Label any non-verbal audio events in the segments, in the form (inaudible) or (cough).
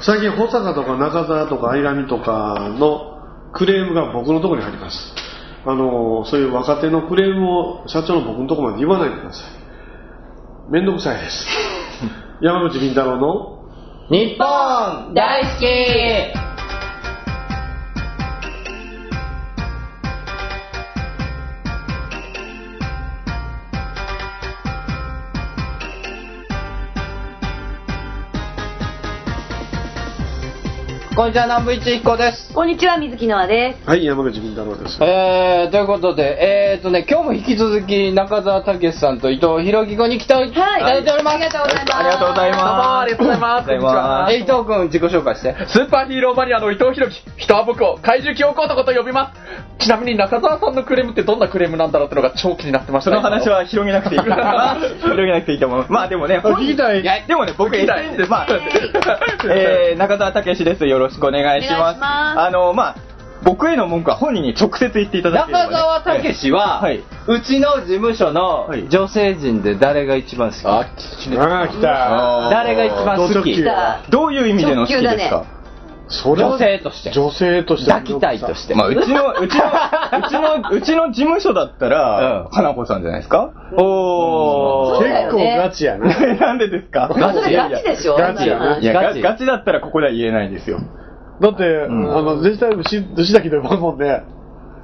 最近保坂とか中澤とか相上とかのクレームが僕のところに入りますあのそういう若手のクレームを社長の僕のところまで言わないでください面倒くさいです (laughs) 山口敏太郎の日本大好きこんにちは、南部一彦です。こんにちは、水木のあです。はい山口敏太郎ですえー、ということで、えーとね、今日も引き続き中澤武さんと伊藤博樹君に来ていただいております。ありがとうございます。ありがとうございます。ありがとうございますえ伊藤君、自己紹介して。スーパーヒーローマニアの伊藤博樹、人は僕を怪獣記憶男と呼びます。ちなみに中澤さんのクレームってどんなクレームなんだろうってのが超気になってまし (laughs) そたね。の話は広げなくていい。広げなくていいと思う。まあでもね、聞きたいいや、でもね、僕、聞きたいんですまあ、えー、中澤武です。よろしくお願いしお願まいしす。ますあの、まあ、僕への文句は本人に直接言っていただけ中れば、ね。澤武氏は、はいうちの事務所のはい女性陣で誰が一番好き、あ、ああ来た誰が一番好同き級さあどういう意味での好きです直球だか、ねそれは女性として。女性として抱きたいとして。まあ、うちの、うちの、うちの、うちの事務所だったら、うん花子さんじゃないですかおそうー。だよ結構ねガチやななんでですかそれガチでしょガチやななやいやガガチチ、ガチだったらここでは言えないですよ。だって、んあの、デジタルし、牛崎の番もんで、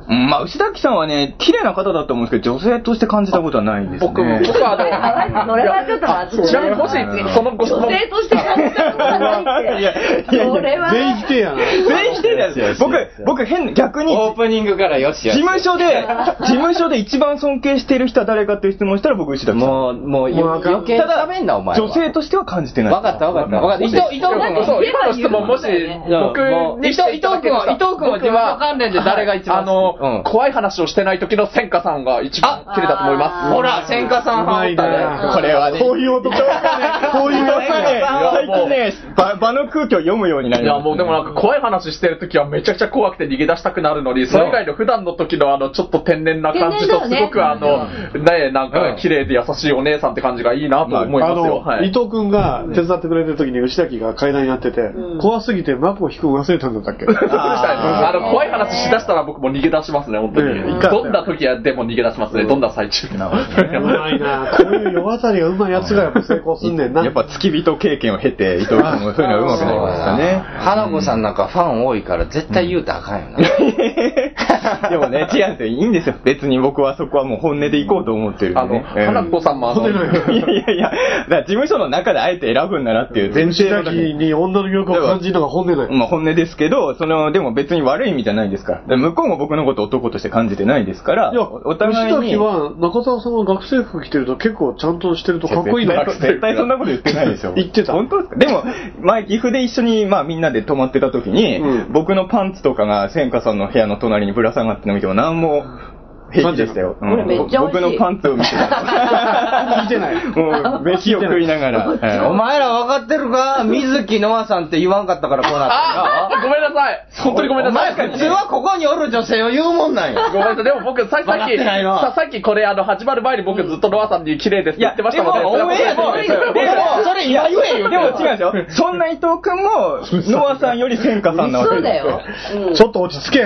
うんまあ、牛崎さんはね、綺麗な方だと思うんですけど、女性として感じたことは (laughs) ないですね。僕も、僕は (laughs) あの、それはちょっとまずい。ちなみにもしそのご質問女、性として感じたことがないいやって。いやいやそれは。全員否定やな。全員否定なんですよ。僕、僕変、逆に、オー事プニングからよしよし。務所で、 (laughs) 事務所で一番尊敬している人は誰かっていう質問したら僕、牛崎さん。もう、もう、もうあかん余計食べんな、お前は。女性としては感じてない。わかったわかったわかった。伊藤、伊藤君はそう、今の質問、もし僕もう伊に藤伊藤君は、伊藤君は自分の関連で誰が一番あ好きの、うん怖い話をしてない時の千花さんが一番綺麗だと思います。ほら、千賀さんうまはおったいね。なこれはね。こういう男はね、こういう僕男ねはね、最近ね、場場の空気を読むようになりいまやしたもうでもなんか怖い話してる時はめちゃくちゃ怖くて逃げ出したくなるのに、それ以外の普段の時のあのちょっと天然な感じと天然だよすねごくあの、ね、なんか綺麗で優しいお姉さんって感じがいいなと思いあますよ。の、はい伊。藤君が手伝ってくれてる時に牛崎が階段やってて、怖すぎて幕を引くの忘れたんだったっけそうでしたねあの怖い話しだしたら僕も逃げ出しますね、本当ねに。どんな時でも逃げ出しますね、どんな最中でも。うまいなこういう世渡りがうまいやつがやっぱ成功すんねんな。やっぱ付き人経験を経て、伊藤君もそういうのは上手くなりましたね。花子さんなんかファン多いから絶対言うたらあかん (laughs) よな。でもね、違うんですよ。いいんですよ。別に僕はそこはもう本音でいこうと思ってるんで (laughs) あの、ね。花子さんもあの、うんいやいやいや、だから事務所の中であえて選ぶんならっていう前牛提の中崎に女の魅力を感じるのが本音だよ。まあ本音ですけど、その、でも別に悪い意味じゃないですから。で向こうも僕のこと男として感じてないですから、いや、おお互い牛に。崎は中澤さんが学生服着てると結構ちゃんとしてるとかっこいいな絶対絶対そんなこと言ってないでしょ。言ってた本当ですかでも、前、岐阜で一緒に、まあみんなで泊まってた時に、うん僕のパンツとかが千花さんの部屋の隣にぶら下がってるの見ても何も平気でしたよ。マジでうんこれめっちゃ美味しい僕のパンツを見てた。見てない。もう、飯を食いながら。はいお前ら分かってるか水木ノアさんって言わんかったからこうなあったよごめんなさい本当にごめんなさい普通はここにおる女性を言うもんなんよ。ごめんなさい、でも僕、ささっ笑っき、てないなささっきこれ、あの、始まる前に僕ずっとノアさんに綺麗ですって言ってましたもんね。いやでもそれはオンエアで僕でもそれ今言えよ。でも違うでし (laughs) ょそんな伊藤君も、ノアさんより千花さんなわけそうですだよ。うん。ちょっと落ち着け。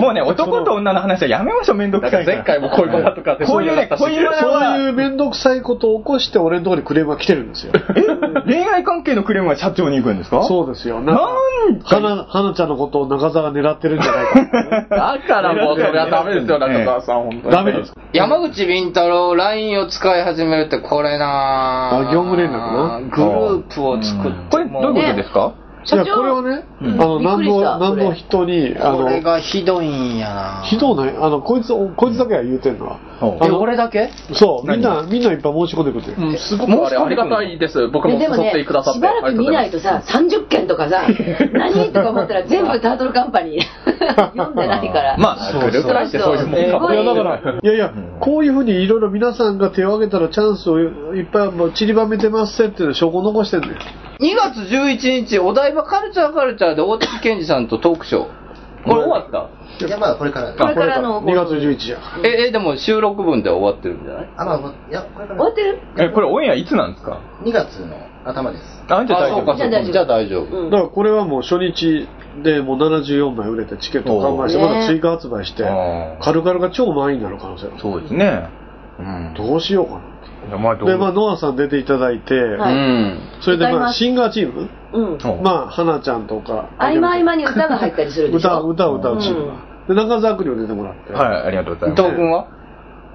もうね、男と女の話はやめましょう、めんどくなんさかいから。前回も恋バナとかってこういうね、こういうそうは、いう面倒くさいことを起こして俺のところにクレームが来てるんですよ。恋愛関係のクレームは社長に行くんですかそうですよ。なんかなん花、か花ちゃんのことを中澤が狙ってるんじゃないか。(laughs) だからもう、それはダメですよ、中澤さん、本当に。ダメです。山口敏太郎 LINE を使い始めるってこれなぁあ業務連絡なグループを作ってこれ、どういうことですかい社や、長これはね、あうんの、何びっくりしの、た何の人に、あこれの、がひどいんやなひどない、あの、こいつ、おこいつだけは言うてんのは。ほうあえ、の俺だけそう、みんな、みんないっぱい申し込んでくれてる。うん、すごくあれ、ありがたいです。僕もで誘もっね、てしくださって。ばらく見ないと。とさ、30件とかさ、何とか思ったら全部タートルカンパニー読んでないから。まあ、グループラインってそういうもんすかいごいや、だから、いやいや、こういうふうにいろいろ皆さんが手を挙げたらチャンスをいっぱいもう散りばめてますってっていう証拠を残してんだよ。 2月11日、お台場カルチャーカルチャーで大月健二さんとトークショー。これ終わったいや、まだこれからです。これからの2月11日や。え、え、でも収録分で終わってるんじゃないあ、まあ、いや、これか終らわってるえ、これオンエアいつなんですか2月の頭です。あ、じゃあ大丈そうか、夫。そうか。じじゃゃああ大丈夫。うだんからこれはもう初日でもう74枚売れてチケット完売して、おーまた追加発売してあ、ーカルカルが超満員になる可能性があるそうですね。うん。どうしようかいやまあどな。で、まあ、うノアさん出ていただいて、うはうんん。それで歌いまあ、ますシンガーチーム、うん。おまあ、花ちゃんとか、合間合間に歌が入ったりするでし歌、ょ。歌を歌うチームが。で、中澤君にも出てもらって。はい、ありがとうござい伊ます。藤君は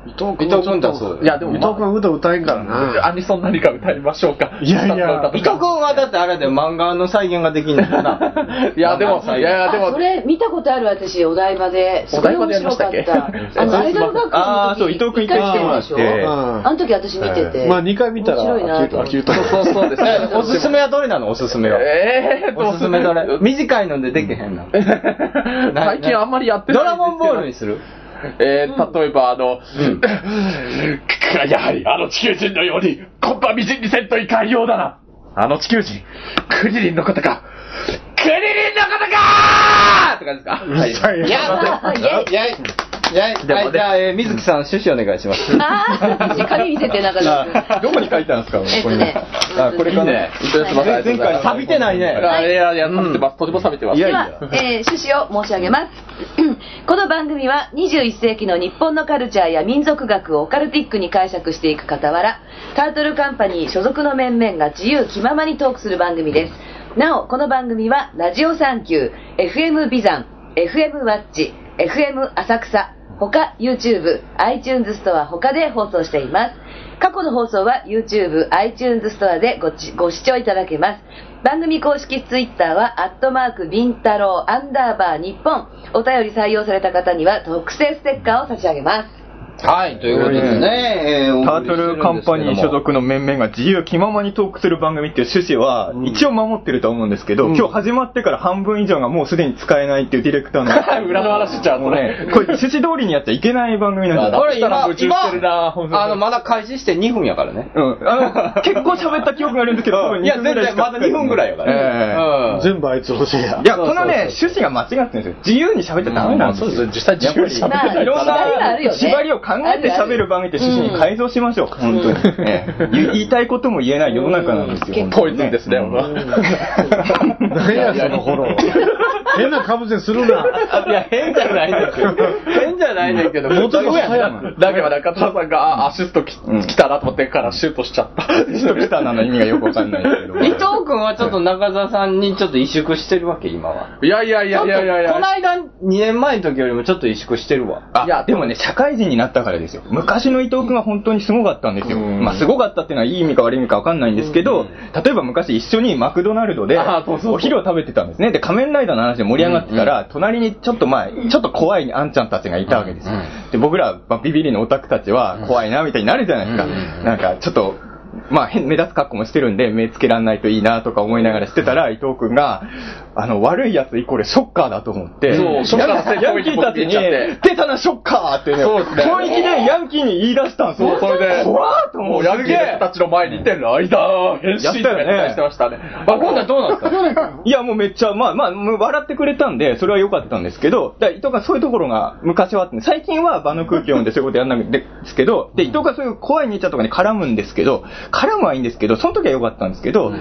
伊藤伊藤君だそういや、でも、伊藤君歌歌えんからアな。ニソン何か歌いましょうか。いやいや歌と伊歌藤とか。君はだってあれで漫画の再現ができんのかな (laughs) いや、でも、いやいや、であ、そも、れ見たことある私、お台場で。すおごい台場面でやり白ましたかっっけた。あの、アイドル学校の時あーそう伊藤君一回来てもらって一回来てるでしうょんあの時私見てて。まあ、2回見たら、面白いなと思飽っきてると思う。そうそうです (laughs) ね。おすすめはどれなのおすすめは。えーっと、おすすめどれ短いのでできへんの。最近あんまりやってドないラゴんですけンど。ボールにするえー、例えばあの、やはりあの地球人のように、コンパみじんにせんといかんようだな。あの地球人、クリリンのことか。クリリンのことかーとかですかうるさいいやいやいやいやいはい、じゃあ、えー、水木さん、趣旨お願いします。ああ、紙見せてなかった。 (laughs) どこに書いてあるんですかえっことれねあ、これかいいなね。いただきます。前前回の錆びてないねあいやいや、錆びてます。とても錆びてます。いやでは、えー趣旨を申し上げます。 (clears throat) この番組は21世紀の日本のカルチャーや民族学をオカルティックに解釈していく傍ら、タートルカンパニー所属の面々が自由気ままにトークする番組です。なお、この番組は、ラジオサンキュー、FM ビザン、FM ワッチ、FM 浅草、他 YouTube、iTunes ストア他で放送しています。過去の放送は YouTube、iTunes ストアでごちご視聴いただけます。番組公式 Twitter は、アットマーク、ビンタロウ、アンダーバー、日本。お便り採用された方には、特製ステッカーを差し上げます。はい、ということでね、えー、タートルカンパニー所属の面々が自由気ままにトークする番組っていう趣旨は一応守ってると思うんですけど、今日始まってから半分以上がもうすでに使えないっていうディレクターの (laughs) 裏の話じゃん、もこうれ。ね、これ趣旨通りにやっちゃいけない番組なんだこれだから今矛、盾してるな本当今、にあの、まだ開始して2分やからね。うん、あの結構喋った記憶があるんですけど、多分いや、 2全分ぐら然しかまだ2分ぐらいやからええね。うん全部あいつのせいやい。や、そうこそうそうのね、趣旨が間違ってるんですよ。自由に喋っちゃダメなんですよ。そうですね実際自由に喋れないいろん縛りがあるよなね縛りを考えて喋る番組って趣旨に改造しましょう。本当に。ええ言い言いたいことも言えない世の中なんですよ。ポイズンですね、うん俺は何や、そのフォロー。変な被せするな。いや、変じゃないんですよ。変じゃないねんけど、もうちょっとや早な。く。だけど中田さんが、あアシストきうん来たなと思ってからシュートしちゃった。一人来たなの意味がよくわかんないですけど。 (laughs) 伊藤君はちょっと中澤さんにちょっと萎縮してるわけ、今は。いやいやいやいやいやいちょっとこのや。間、2年前の時よりもちょっと萎縮してるわ。あいやでもね、社会人になったからですよ。昔の伊藤君は本当にすごかったんですよ。まあ、すごかったっていうのはいい意味か悪い意味かわかんないんですけど、例えば昔一緒にマクドナルドで、あーそうそうそうお昼を食べてたんですね。で、仮面ライダーの話で盛り上がってたら、隣にちょっとまあ、ちょっと怖いあんちゃんたちがいたわけですよ。で、僕ら、まあ、ビビリのオタクたちは怖いなみたいになるじゃないですか。なんか、ちょっと、まあ、変目立つ格好もしてるんで、目つけらんないといいなとか思いながらしてたら、伊藤君が、あの、悪いやつイコールショッカーだと思って、そうショッカーのヤンキーたちに、出たな、ショッカーってね、そうですね本気でヤンキーに言い出したんですよ。そうそれで怖っと思もっうて。ヤンキーの人たちの前に行って、ライダー変身やっってた期よね待してましたね。あ、今度はどうなったのいや、もうめっちゃ、まあまあ、もう笑ってくれたんで、それは良かったんですけど、だから伊藤がそういうところが昔はあって、最近は場の空気読んでそういうことやんないんですけど、で、伊藤がそういう怖い兄ちゃんとかに絡むんですけど、絡むはいいんですけど、その時は良かったんですけど、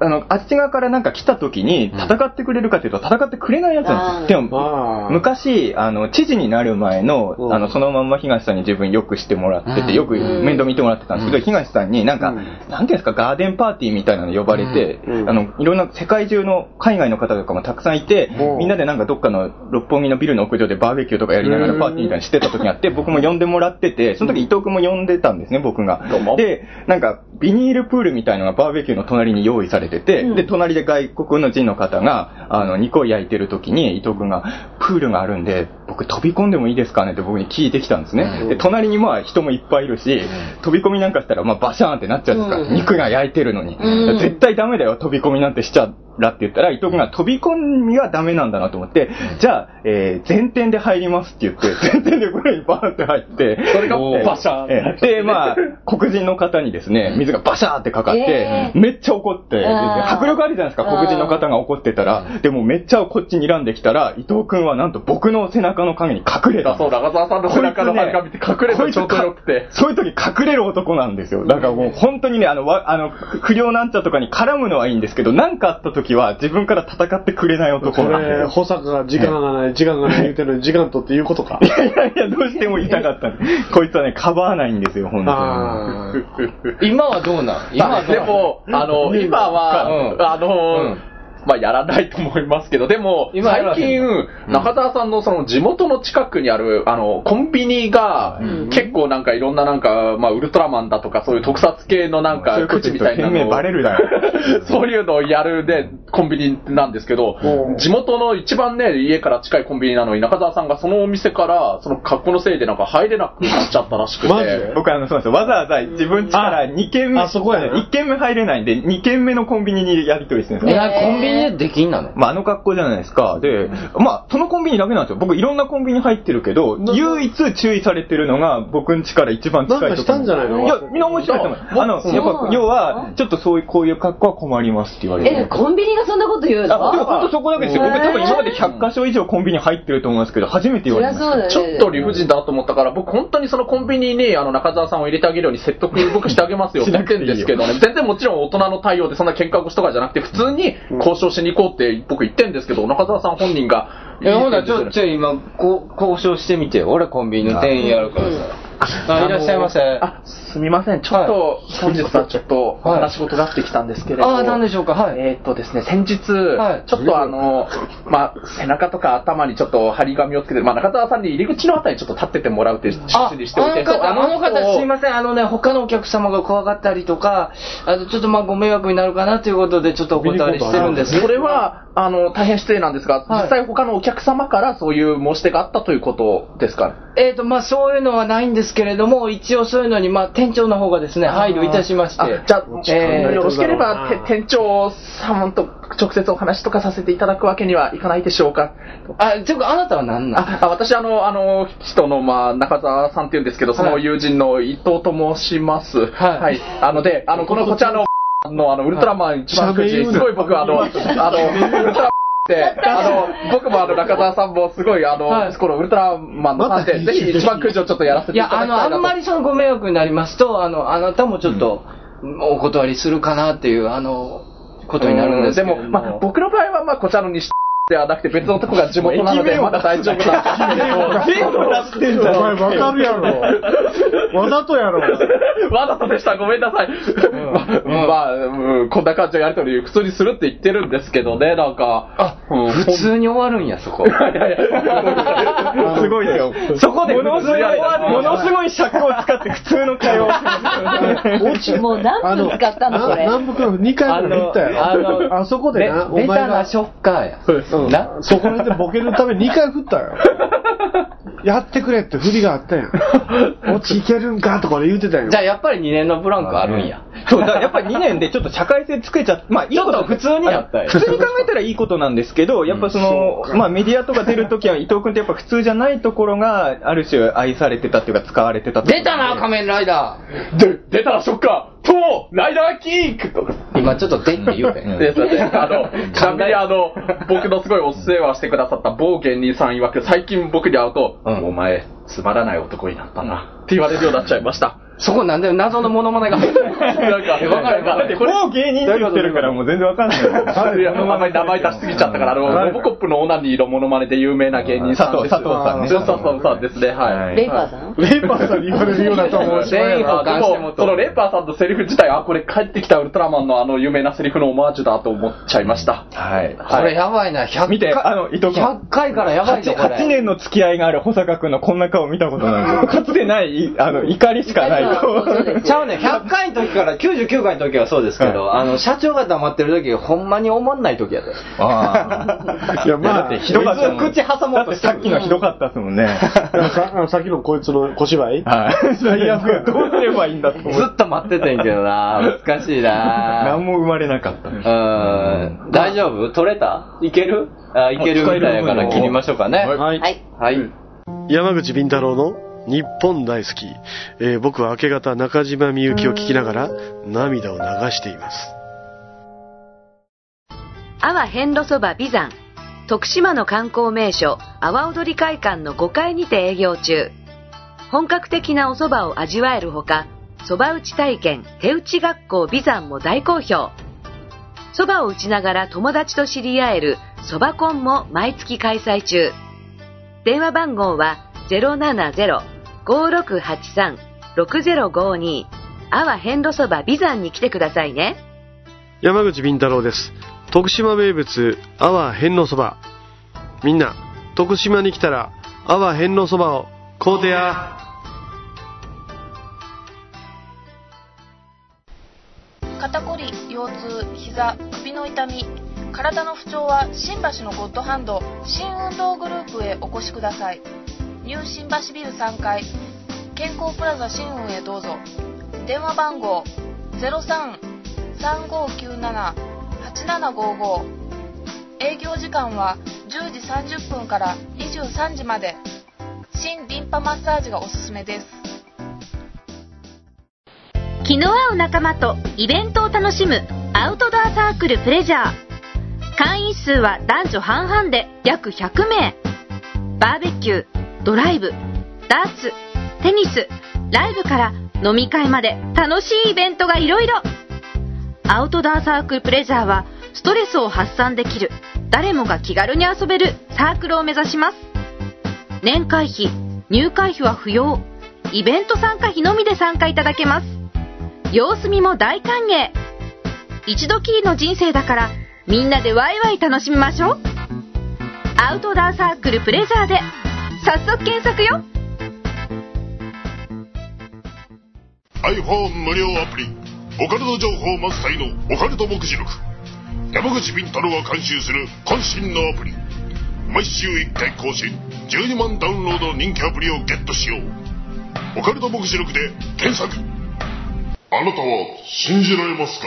あの、あっち側からなんか来た時に戦ってくれるかというと、戦ってくれないやつなんですよ。でも、まあ。昔、あの、知事になる前のう、んあの、そのまんま東さんに自分よくしてもらってて、よく面倒見てもらってたんですけど、東さんになんか、うんなんていうんですか、ガーデンパーティーみたいなの呼ばれて、うんあの、いろんな世界中の海外の方とかもたくさんいてう、んみんなでなんかどっかの六本木のビルの屋上でバーベキューとかやりながらパーティーみたいにしてた時があって、僕も呼んでもらってて、その時伊藤君も呼んでたんですね、僕がどうも。で、なんか、ビニールプールみたいのがバーベキューの隣に用意されてて、で、隣で外国の人の方が、あの、肉を焼いてる時に伊藤君が、プールがあるんで、僕飛び込んでもいいですかねって僕に聞いてきたんですね。で、隣にまあ人もいっぱいいるし、飛び込みなんかしたらまあバシャーンってなっちゃうじゃないですか。うん肉が焼いてるのに。うん絶対ダメだよ、飛び込みなんてしちゃらって言ったら、伊藤君が飛び込みはダメなんだなと思って、じゃあ、えー前転で入りますって言って、前転でこれにバーって入って、それがえーバシャーンえーで、まあ、黒人の方にですね、水がバシャーってかかって、えーめっちゃ怒って、であー迫力あるじゃないですか、黒人の方が怒ってたら、でもめっちゃこっち睨んできたら、伊藤君はなんと僕の背中の影に隠れたんですそう、長澤さんの背中の反感見て隠れてちょうどよくて。そういう時隠れる男なんですよ。だからもう本当にね、あの、わあの、不良なんちゃとかに絡むのはいいんですけど、なんかあった時は自分から戦ってくれない男こなんれ、ですよ。保坂が時間がない、時間がない言うてるのに時間取って言うことか。 (laughs) いやいやいや、どうしても痛かったんで。こいつはね、かばわないんですよ、本当あー今はどうなん今はどうでなんも、あの、うん今は、うんあの、うんまあ、やらないと思いますけど、でも、今やら最ない近、中澤さんのその地元の近くにある、あの、コンビニが、結構なんかいろんななんか、まあ、ウルトラマンだとか、そういう特撮系のなんに。そういうこか、と言口うみと、たいな店名のバレるだろ。 (laughs) そういうのをやるで、コンビニなんですけど、地元の一番ね、家から近いコンビニなのに、中澤さんがそのお店から、その格好のせいでなんか入れなくなっちゃったらしくて。マジで僕あの、そうなんですよ。わざわざ自分家から2軒目、あそこやな1軒目入れないんで、2軒目のコンビニにやり取りしてるんですえよ。らいコンビニでできんなのまあ、あの格好じゃないですか。で、まあ、そのコンビニだけなんですよ。僕、いろんなコンビニ入ってるけど、唯一注意されてるのが、僕ん家から一番近いところ。なんかしたんじゃないのいや、みんな面白いと思う。あの、そうやっぱ、要は、ちょっとそういう、こういう格好は困りますって言われて。え、コンビニがそんなこと言うあ、でもの本当そこだけですよ。へー僕多分今まで100カ所以上コンビニ入ってると思うんですけど、初めて言そわりれゃましそた。うだよね。ちょっと理不尽だなと思ったから、僕本当にそのコンビニにあの中澤さんを入れてあげるように (laughs) 説得僕してあげますよしなっくてていいんよですけどね、全然もちろん大人の対応でそんな喧嘩腰とかじゃなくて、普通に交渉しに行こうって僕言ってんですけど、中澤さん本人が。え、ほんならちょ、ちょ、今、こ交渉してみてよ。俺コンビニの店員やるからさ。あ、いらっしゃいませ。あ、あ、すみません、ちょっと、本日はちょっとお話事があってきたんですけれど。あ、なんでしょうか。はい。えーっとですね、先日、はいちょっとあの、まあ、背中とか頭にちょっと張り紙をつけて、まあ、中澤さんに入り口のあたりにちょっと立っててもらうっていう趣旨にしておいて、そうあの人を方、すいません、あのね、他のお客様が怖がったりとか、あとちょっとまあご迷惑になるかなということで、ちょっとお断りしてるんですけどそれは、あの、大変失礼なんですはが、い実際他のお客様からそういう申し出があったということですかえーと、まあそういうのはないんですけれども、一応そういうのに、まあ店長の方がですね、配慮いたしまして。あじゃあ、えーよろしければ、あーて店長さんと直接お話とかさせていただくわけにはいかないでしょうか。あ、ちょっとあなたは何なんあ、あ私、あの、あの、人の、まあ、中澤さんっていうんですけど、そのはい友人の伊藤と申します。はいあの、で、あの、この、こちらの、の、あの、ウルトラマン一番くじ、喋るすごい僕、あの、あの、ウルトラで、あの、僕もあの、中澤さんもすごい、あの、はいこのウルトラマンのまた3点、ぜひ一番くじをちょっとやらせていいただや、あきたいなの、と。あんまりそのご迷惑になりますと、あの、あなたもちょっと、お断りするかなっていう、あの、ことになるんですけでれども、まあ、僕の場合は、まあ、こちらの西ではなくて、別のとこが地元なの駅で、名をまだ大丈夫なんですけど。全部出してんじゃおん。前わかるやろ。わざとやろ。 (laughs) わざとでした、ごめんなさい。ままあ、うんこんな感じのやりとり、普通にするって言ってるんですけどね、なんか。あ、うん普 (laughs) 通に終わるんや、そこ。いやいやすごいですよ。そこで、ものすごい、ものすごい尺を使って普通の会話をしてます。うちもう何分使ったのなこれ。南部君2回も言ったやろ。あのあそこでベな、ベタなショッカーや。うんなそこでボケるために2回振った (laughs) よ。やってくれって振りがあったやん。落ちいけるんかとか言うてたやんじゃあやっぱり2年のブランクあるんや。そう、だからやっぱり2年でちょっと社会性つけちゃっまあいいこと、ちょっと普通になったよ普通に考えたらいいことなんですけど、やっぱその、まあメディアとか出るときは伊藤君ってやっぱ普通じゃないところが、ある種愛されてたっていうか使われてたってい出うかたな、仮面ライダで、出たらショッカー、と、ライダーキックとか。ー今ちょっと出って言うて。んですよね。あの、ちなみにあの、僕のすごいお世話してくださった某芸人さん曰く、最近僕に会うと、うんお前、つまらない男になったな、って言われるようになっちゃいま (laughs) した。そこなんだよ、謎のモノマネが入ってる。なんか、わかるわかだってるこれもう芸人って言ってるからもう全然わかんない (laughs) あの名前、名前出しすぎちゃったから、あの、ロボコップのオナニーのモノマネで有名な芸人さんで佐藤す。佐藤さんね佐藤さんですね、はい。レイパーさんレイパーさんに言われるようなと思うし。全員保あで管してもも、そのレイパーさんのセリフ自体、あ、これ帰ってきたウルトラマンのあの有名なセリフのオマージュだと思っちゃいました。はい。これやばいな、100回。見て、あの、伊藤君。 100回からやばいぞ、 8, これ。 8年の付き合いがある保坂君のこんな顔見たことない。かつてない、あの、怒りしかない。ちゃうね、100回の時から99回の時はそうですけど、あの、社長が黙ってる時、ほんまに思んない時やで。あいやまあ (laughs) だってひどかったもん。口挟もうとしてだってさっきのひどかったですもんね。ささっきのこいつのな、小芝居 (laughs) はい。最悪、どうすればいいんだと思ずって。っと待っててんけどな難しいな何も生まれなかった。うーん。大丈夫取れたいけるあ、いけるみたいやから切りましょうかね。ははい。はい。はい。山口敏太郎の日本大好き、えー僕は明け方中島みゆきを聞きながら涙を流しています阿波遍路そば美山徳島の観光名所阿波踊り会館の5階にて営業中本格的なお蕎麦を味わえるほか蕎麦打ち体験手打ち学校美山も大好評蕎麦を打ちながら友達と知り合える蕎麦コンも毎月開催中電話番号は070-5683-6052阿波遍路そば美山に来てくださいね山口敏太郎です徳島名物阿波遍路そばみんな徳島に来たら阿波遍路そばを買うてや肩こり腰痛膝首の痛み体の不調は新橋のゴッドハンド新運動グループへお越しくださいニュー新橋ビル3階健康プラザ新運へどうぞ電話番号0335978755営業時間は10時30分から23時まで新リンパマッサージがおすすめです気の合う仲間とイベントを楽しむアウトドアサークルプレジャー会員数は男女半々で約100名バーベキュードライブダーツテニスライブから飲み会まで楽しいイベントがいろいろアウトドアサークルプレジャーはストレスを発散できる誰もが気軽に遊べるサークルを目指します年会費入会費は不要イベント参加費のみで参加いただけます様子見も大歓迎一度きりの人生だからみんなでワイワイ楽しみましょうアウトドアサークルプレジャーで早速検索よ iPhone 無料アプリオカルト情報満載のオカルト目次録山口敏太郎が監修する渾身のアプリ毎週1回更新12万ダウンロードの人気アプリをゲットしようオカルト目次録で検索あなたは信じられますか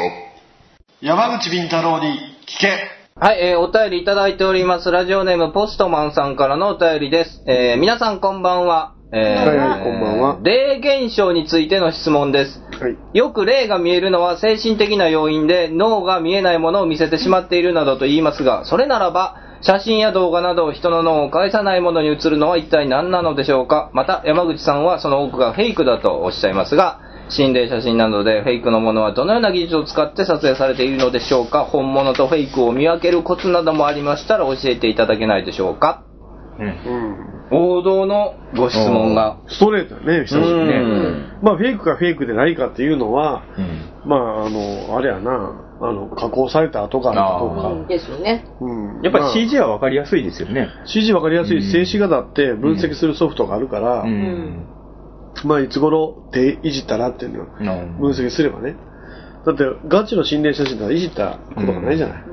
山口敏太郎に聞けはい、えー、お便りいただいております。ラジオネームポストマンさんからのお便りです。えー、皆さんこんばんは。えー、はいはいこんばんは霊現象についての質問です。はいよく霊が見えるのは精神的な要因で脳が見えないものを見せてしまっているなどと言いますが、それならば、写真や動画など人の脳を介さないものに映るのは一体何なのでしょうかまた、山口さんはその多くがフェイクだとおっしゃいますが、心霊写真などでフェイクのものはどのような技術を使って撮影されているのでしょうか本物とフェイクを見分けるコツなどもありましたら教えていただけないでしょうかうん王道のご質問が。ストレートだね久しぶりうねんまあフェイクかフェイクでないかっていうのはうん。まああのあれやなあの加工された跡があるかどうかですよねうんやっまぱあ CG はわかりやすいですよね。 CG 分かりやすうんい静止画だって分析するソフトがあるから、うん。まあいつ頃手いじったらっていうのをうん分析すればねだってガチの心霊写真だらいじったことがないじゃない、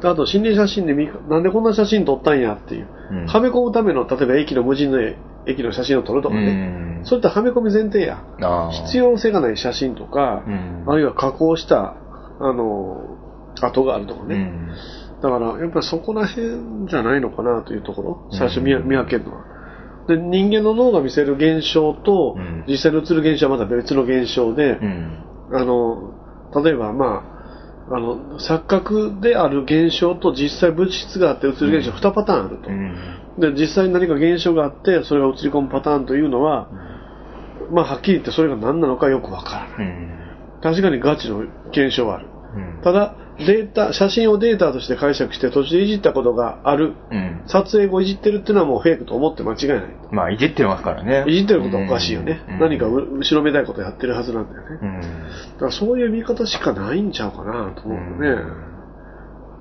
であと心霊写真で見なんでこんな写真撮ったんやっていう、うんはめ込むための例えば駅の無人の駅の写真を撮るとかね、うんそういったはめ込み前提やあー必要性がない写真とか、うんあるいは加工したあの跡があるとかね、うんだから、やっぱりそこら辺じゃないのかなというところ、最初見,、見分けるのは。で、人間の脳が見せる現象と、うん実際に映る現象はまた別の現象でう、んあの、例えば、まあ、あの、錯覚である現象と実際物質があって映る現象2パターンあると。うんで実際に何か現象があってそれが映り込むパターンというのは、まあ、はっきり言ってそれが何なのかよくわからないうん確かにガチの現象はあるうんただデータ写真をデータとして解釈して途中でいじったことがあるうん撮影後いじってるっていうのはもうフェイクと思って間違いなまあ、いじってますからね。いいじってることはおかしいよね、うん何かう後ろめたいことやってるはずなんだよねうん。だからそういう見方しかないんちゃうかなと思うよね、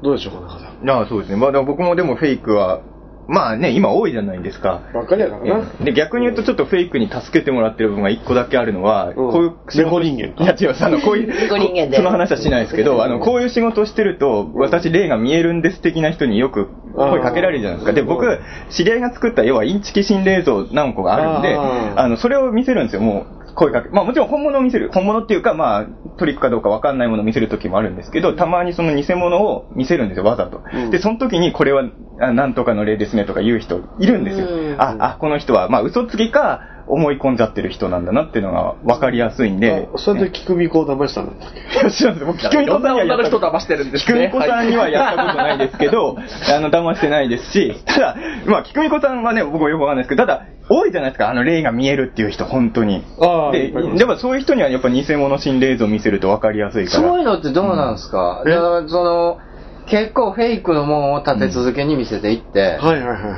どうでしょうか中田ああそうですね。まあ、でも僕もでもフェイクはまあね、今多いじゃないですか。ばっかりやからな。で逆に言うとちょっとフェイクに助けてもらってる部分が一個だけあるのは、こういう仕レ事ゴ人間いか。や違う、あの、こういう、ご人間でその話はしないですけど、あの、こういう仕事をしてると、私、霊が見えるんです的な人によく声かけられるじゃないですか。で、僕、知り合いが作った、要はインチキ心霊像何個があるんで、ああーの、それを見せるんですよ、もう。声かけ。まあもちろん本物を見せる。本物っていうか、まあ、トリックかどうかわかんないものを見せる時もあるんですけど、たまにその偽物を見せるんですよ、わざと。うんで、その時にこれは、あなんとかの霊ですねとか言う人いるんですよ。うんあ、あ、この人は、まあ嘘つきか、思い込んじゃってる人なんだなっていうのが分かりやすいんで。あそれで聞くみこを騙したんだっけいや知らんです。僕、菊いろ子んさなんにはや女ったの人を騙してるんです菊ね。美子さんにはやったことないですけど、あの、騙してないですし、ただ、まあ、菊美子さんはね、僕はよくわかんないですけど、ただ、多いじゃないですか、あの、霊が見えるっていう人、本当に。あで、でもそういう人にはやっぱ偽物心霊像見せると分かりやすいかそういら。うのってどうなんですか、うんだからその結構フェイクのもんを立て続けに見せていって、はいはいはいは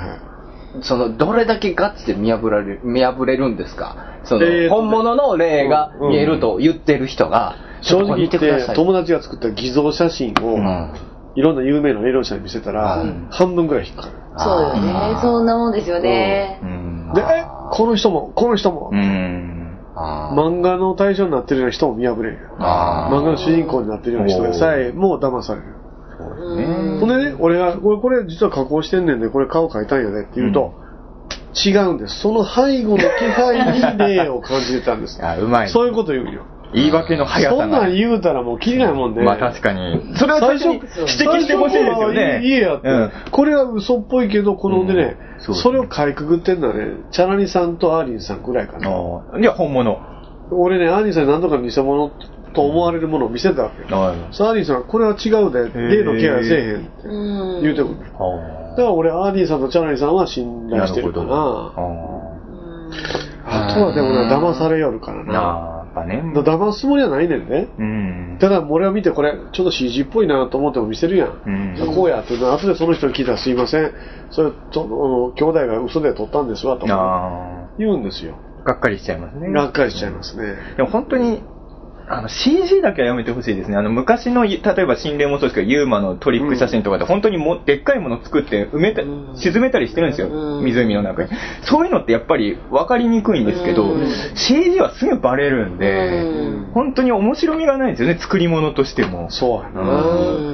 い。そのどれだけガチで見破られる見破れるんですかその、えー本物の霊がうん見えると言ってる人が、正直言っちょとこれ見てください友達が作った偽造写真を、うんいろんな有名な霊能者に見せたら、ん半分ぐらい引っかかる。そうよね。そんなもんですよねう。ん。で、え、この人も、この人もう、ん。あ漫画の対象になってるような人も見破れんよ。あ漫画の主人公になってるような人でさえもう騙される。うほんん。でね、俺が、これ、これ実は加工してんねんで、これ顔描いたんやねって言うと、違うんです。その背後の気配に霊を感じてたんです。 (laughs) あ、うまい。そういうこと言うよ。言い訳の速さそが。んなん言うたらもう切りないもんで。まあ確かに。それを最初に指摘してほしいですよね。いいやって、うん。これは嘘っぽいけど、このね、うんそそうれをかいくぐってんのはね、チャラニさんとアーリンさんくらいかな。あーいや、本物。俺ね、アーリンさんに何度か偽物と思われるものを見せたわけよ。あそうアーリンさんはこれは違うで、ー例のケアせえへんってうん言うてくる。だあから俺、アーリンさんとチャラニさんは信頼してるかな。あーあとはでもね、騙されよるからな。なあ、やっぱね。だから騙すつもりはないねんね。うん。ただ、俺を見てこれ、ちょっと CG っぽいなと思っても見せるやん。うんこうやってな、後でその人に聞いたらすいません、それと、あの兄弟が嘘で撮ったんですわとかあ言うんですよ。あ、がっかりしちゃいますね。がっかりしちゃいますね。でも本当に、あの、CG だけはやめてほしいですね。あの、昔の、例えば心霊もそうですけど、ユーマのトリック写真とかで、本当にも、でっかいもの作って埋めた、沈めたりしてるんですよ。湖の中に。そういうのってやっぱり分かりにくいんですけど、CG はすぐバレるんで、本当に面白みがないんですよね、作り物としても。そうやうな。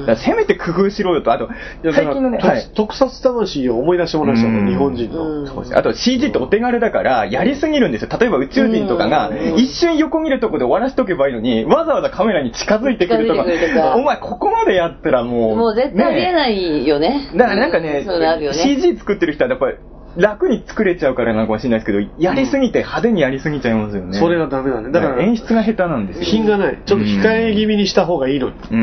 ん。だからせめて工夫しろよと、あと、だから最近のね、特はい。特撮魂を思い出してもらいましたも、うんん日本人の。そうですあと CG ってお手軽だから、やりすぎるんですよ。例えば宇宙人とかが、一瞬横見るとこで終わらしとけばいいのに、わざわざカメラに近づいてくるとか近づいてくるとか、お前ここまでやったらもう、もう絶対見えねないよね。だからなんかねそういうのあるよね。 CG 作ってる人はやっぱり楽に作れちゃうからなのかもしれないですけど、やりすぎて派手にやりすぎちゃいますよね。それはダメだね。だだかからら、演出が下手なんですよ。品がない。ちょっと控え気味にした方がいいのに。う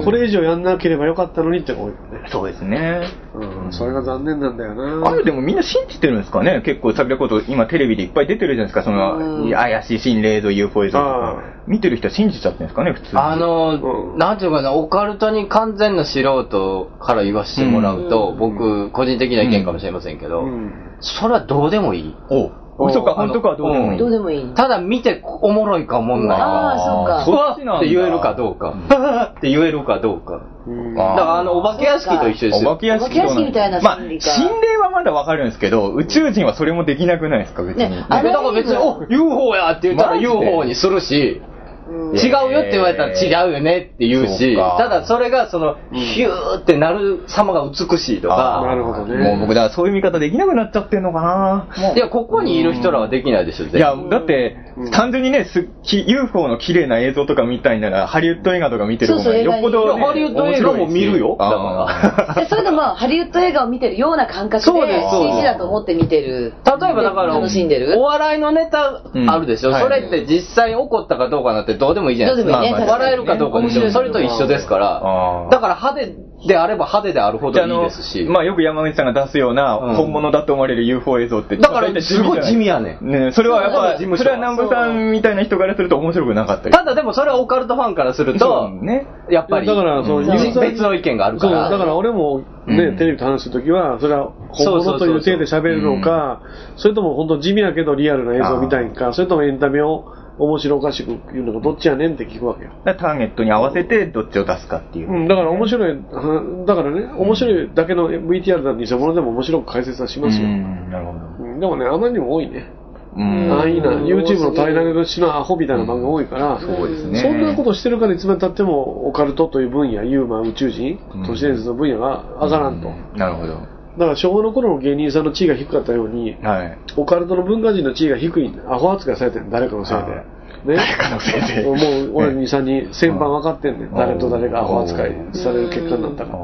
ん。これ以上やんなければよかったのにって思うよね。そうですね。うん、それが残念なんだよな。あれでもみんな信じてるんですかね結構桜こと今テレビでいっぱい出てるじゃないですか、その、怪しい心霊像、UFO 像とあか。見てる人は信じちゃってるんですかね、普通に。あの、うんなんていうかな、オカルトに完全な素人から言わせてもらうと、うん僕、個人的な意見かもしれませんけど、うん。それはどうでもいい。お嘘か本当かはどうでもいい。どうでもいい。ただ見ておもろいかおもんないか。ああ、そうか。そっちなんだって言えるかどうか。って言えるかどうか。うんだあからあの、お化け屋敷と一緒ですお化よ。け屋敷とお化け屋敷みたいなまあ、心心理か霊はまだわかるんですけど、宇宙人はそれもできなくないですか、別に。ねだから別に、お、UFO やって言ったらマジで UFO にするし、うん違うよって言われたら違うよねって言うし、そうかただそれがその、ヒューってなる様が美しいとあーなか、るほどね。もう僕、だからそういう見方できなくなっちゃってんのかないや、ここにいる人らはできないでしょ、い絶や対。、だって、単純にね、すき UFO の綺麗な映像とか見たいなら、ハリウッド映画とか見てる方そうがそうよっぽど、映画にいやハリウッド映画も見るよだから。らでそういうのもハリウッド映画を見てるような感覚でそうですそうです CG だと思って見てる。例えばだから、楽しんでるお笑いのネタあるでしょ、うんはいそれって実際起こったかどうかなんてどうでもいいじゃないですどか。うでもいいねま確かあに笑えるかどうかでしょ、それと一緒ですからあ。ーだから派手であれば派手であるほじどゃああいいのですし。まあよく山口さんが出すようなうん本物だと思われる UFO 映像って、だから大体すごい地味やねん。ねそれはやっそうぱ、それは南部さんみたいな人からすると面白くなかったり。ただでもそれはオカルトファンからするそと、うね。やっぱり、だからそのうんユーザー別の意見があるそう、かだら。から俺もね、うんテレビと話すときは、それはそ本うそ物とうそういそうう体で喋るのか、それとも本当地味やけどリアルな映像みたいか、それともエンタメを面白おかしく言うのがどっちやねんって聞くわけよ。だからターゲットに合わせてどっちを出すかっていうう。ん、だから面白い、はだからね、面白いだけの VTR だ偽物でも面白く解説はしますよ。ん、なるほど。うんでもね、あまりにも多いね。うん。ああいいな、うん YouTube の平らげしのアホみたいな番組多いから、そうですね。そんなことしてるからいつまでたってもオカルトという分野、ユーマ、宇宙人うん、都市伝説の分野が上がらんと。うんなるほど。だから昭和の頃の芸人さんの地位が低かったように、はい。オカルトの文化人の地位が低いんだ、アホ扱いされてる誰かのせいはで。ね、誰かのせいでもう俺に3人、先般分かってんね。うんん誰と誰がアホ扱いされる結果になったから。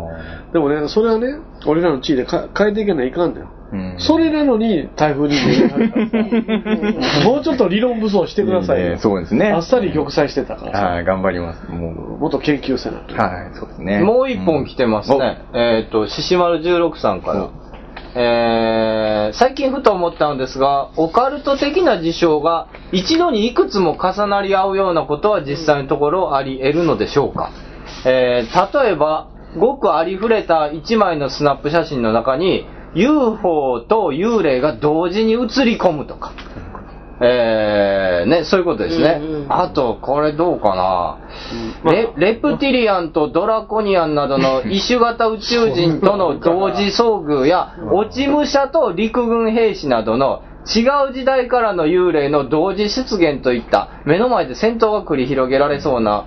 でもね、それはね、俺らの地位でか変えていけないかんだよ。うんそれなのに台風に (laughs) もうちょっと理論武装してくださいよ、うんねそうですねあっさり玉砕してたからさ、はい、頑張ります。ももっと研究せなう。はい、そうですね。もう一本来てますうんね。えっ、と、獅子丸16さんから。えー、最近ふと思ったのですが、オカルト的な事象が一度にいくつも重なり合うようなことは実際のところあり得るのでしょうか、えー、例えば、ごくありふれた一枚のスナップ写真の中に UFO と幽霊が同時に映り込むとか。えー、ね、そういうことですね。うんうんあと、これどうかな、まあレレプティリアンとドラコニアンなどの異種型宇宙人との同時遭遇や、落ち武者と陸軍兵士などの違う時代からの幽霊の同時出現といった、目の前で戦闘が繰り広げられそうな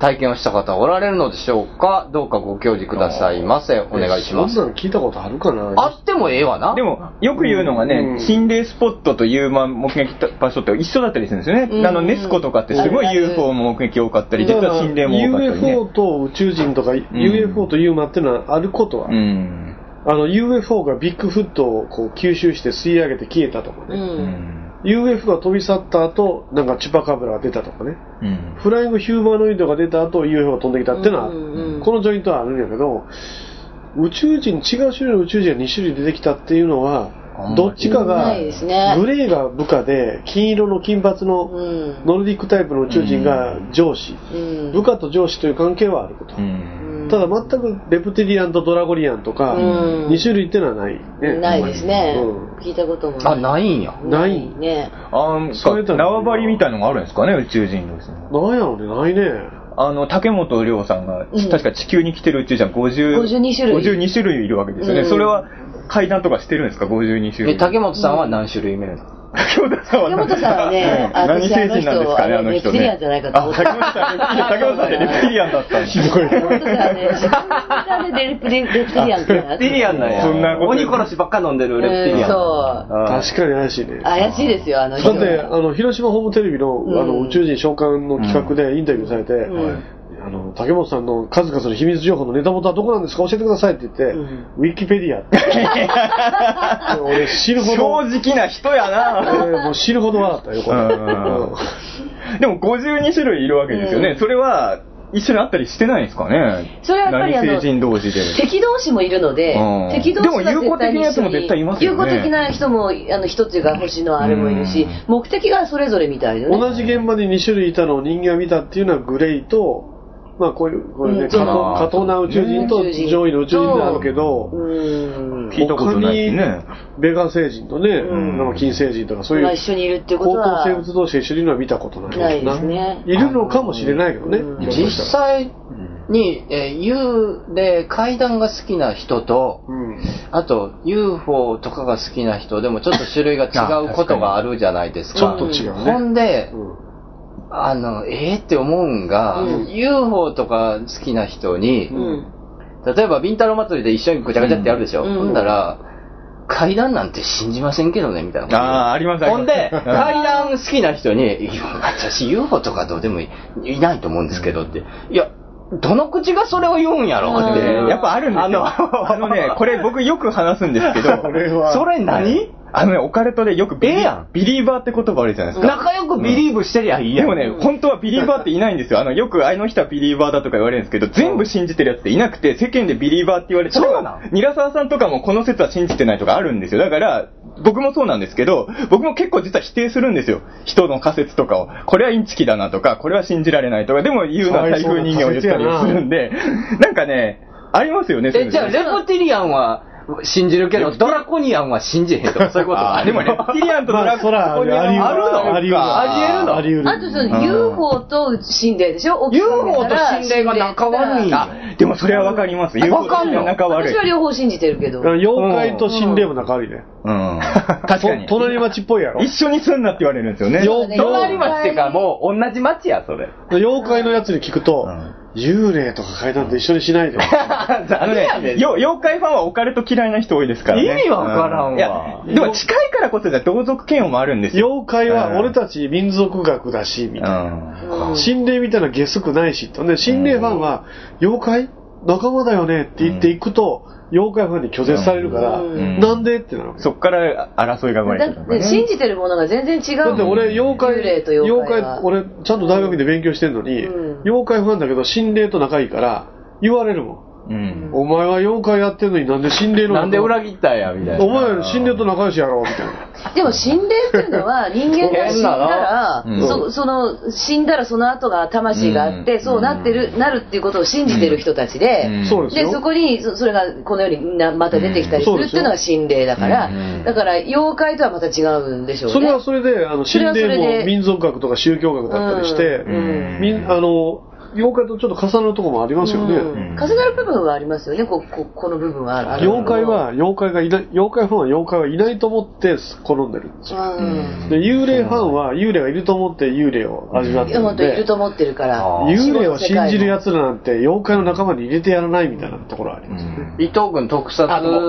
体験をした方はおられるのでしょうかどうかご教示くださいませ。お願いしまそす。んなん聞いたことあるかなあってもええわな。でも、よく言うのがうね、ん心霊スポットという、まあ、目撃場所って一緒だったりするんですよね。うんあの、ネスコとかってすごあいるある UFO も目撃多かったり、実だからは心霊も多かったりね UFO。と宇宙人とか、UFO と UMA っていうのはあることは、うん。あの UFO がビッグフットをこう吸収して吸い上げて消えたとかうね、ん UFO が飛び去った後なんかチュパカブラが出たとかねうん。フライングヒューマノイドが出た後 UFO が飛んできたっていうのは、うんうんうんこのジョイントはあるんやけど宇宙人違う種類の宇宙人が2種類出てきたっていうのはあんまりどっちかがないですねグレーが部下で金色の金髪うのんノルディックタイプの宇宙人が上司、うん部下と上司という関係はあること、うん。ただ全くレプティリアンとドラゴリアンとか、うん2種類ってのはない、ねないですね、う聞いたこともあ、ないないんや。ないねあんそういうとか、縄張りみたいのがあるんですかね、宇宙人同士の。なんやろねないねあの、竹本涼さんが、うん確か地球に来てる宇宙人は50 52種類52種類いるわけですよね。うんそれは、階段とかしてるんですか、52種え、類。竹本さんは何種類目なの (laughs) 竹本さんは竹本さん (laughs) はうねん何私あ精の神人なんですかね、あの人ね。レプティリアンじゃないかと思ったあ竹本さん、レプティリアンだったん (laughs) ひどい。本当だよね自分のレプリレプティリアンってレプティリアンなんや。そんなこと鬼殺しばっか飲んでるレプティリアン。うんそうあー確かに怪しいね怪しいですよあのだ人ってあの広島ホームテレビの,、うんあの宇宙人召喚の企画でインタビューされて、んあの竹本さんの数々の秘密情報のネタ元はどこなんですか教えてくださいって言って、うんウィキペディアって (laughs) 俺死ぬほど、正直な人やえな。ーもう死ぬほど笑ったよこれ、うんうんでも52種類いるわけですよね。うんそれは、一緒に会ったりしてないんですかね。それはやっぱりあの何成人同士で。敵同士もいるのでうん、敵同士がでも友好絶対的になやつも一緒に絶対いますよね友好的な人も、あの、一つが星のあれもいるし、う目的がそれぞれみたいでね。同じ現場に2種類いたのを人間が見たっていうのはグレイと、まあこういう、これね、うん過そう当過当な宇宙人とね宇宙人上位の宇宙人であるけど、うん。聞いたことないですね。ベガ星人とね、んなんか金星人とかそういがう一緒にいるってこ高と等は、生物同士が一緒にいるのは見たことないないですね。いるのかもしれないけどね、うんもしか実したら際に、えー幽霊、階段が好きな人と、うん、あと UFO とかが好きな人でもちょっと種類が違うことがあるじゃないですか。ちょっと違うねほんで、うんあの、ええって思うんが、うん UFO とか好きな人に、うん。例えばビンタロウ祭りで一緒にぐちゃぐちゃってやるでしょ。うんほんだら、階段なんて信じませんけどね、みたい (laughs) な。ああー、ありますありますほ (laughs) んで、階段好きな人に、いや私 UFO とかどうでもいいいないと思うんですけどって、いや、どの口がそれを言うんやろうんっでて。やっぱあるんですよ。ああののね、これ僕よく話すんですけど、 (laughs) これはそれ何あのね、オカルトでよくビリ,、ええやんビリーバーって言葉あるじゃないですか。仲良くビリーブしてりゃいいでやん。もね、本当はビリーバーっていないんですよ。あの、よくあの人はビリーバーだとか言われるんですけど、全部信じてるやつっていなくて、世間でビリーバーって言われて、そうなん例えば韮沢さんとかもこの説は信じてないとかあるんですよ。だから、僕もそうなんですけど、僕も結構実は否定するんですよ。人の仮説とかを。これはインチキだなとか、これは信じられないとか、でも言うのは台風人間を言ったりするんで、なんかね、ありますよね、そういうえ、のじゃあ、レプティリアンは、信じるけど、ドラコニアンは信じへんとか、そういうことは (laughs) あーで (laughs) もね、キリアンとドまラあ、そら、ありあ得るるのあり得るあありり得る。 (laughs) あとその UFO と心霊でしょ UFO と心霊が仲悪いんあや。得るでもそれはわかります。わかんの仲悪い私。は両方信じてるけど。妖怪と心霊も仲悪いね。うん。確かにと。隣町っぽいやろ。一緒にすんなって言われるんですよね。妖隣町っていうか、もう同じ町や、それ。妖怪のやつに聞くと、幽霊とか階段と一緒にしないで。 (laughs) あのね、よ妖怪ファンはオカルト嫌いな人多いですからね。意味わからんわういや、でも近いからこそじゃ同族嫌悪もあるんですよ。妖怪は俺たち民族学だし、みたいうな。ん。うん心霊みたいなゲスくないし、とね、心霊ファンは、妖怪仲間だよねって言っていくと、妖怪ファンに拒絶されるから、んなんでってなるわけ。そっから争いが生まれだてるっのかてね信じてるものが全然違うもん。だって俺、妖怪、幽霊と妖怪は俺、ちゃんと大学で勉強してんのに、うん妖怪ファンだけど、心霊と仲いいから、言われるもん。うん。お前は妖怪やってんのになんで心霊のなんで裏切ったんや、みたいな。お前ら心霊と仲良しやろみたいな。でも心霊っていうのは人間が死んだら、変ななそその死んだらその後が魂があって、うんそうなってるなるっていうことを信じてる人たちで、うんそうですでよ。そこにそそれがこのようになまた出てきたりすうんそうるでっすていようのが心霊だから、うんだから妖怪とはまた違うんでしょうね。それはそれで、あのそれ心はそれで霊も民族学とか宗教学だったりしてう、んみんあの妖怪とちょっと重なるところもありますよね。うん重なる部分はありますよね、こここの部分はある。妖怪は妖怪がいない、妖怪ファンは妖怪はいないと思って好んでるんですよ。うん、で幽霊ファンは幽霊がいると思って幽霊を味わってる本ん当いるでと、思ってるから。幽霊を信じる奴らなんて妖怪の仲間に入れてやらないみたいなところはあります。伊藤君特撮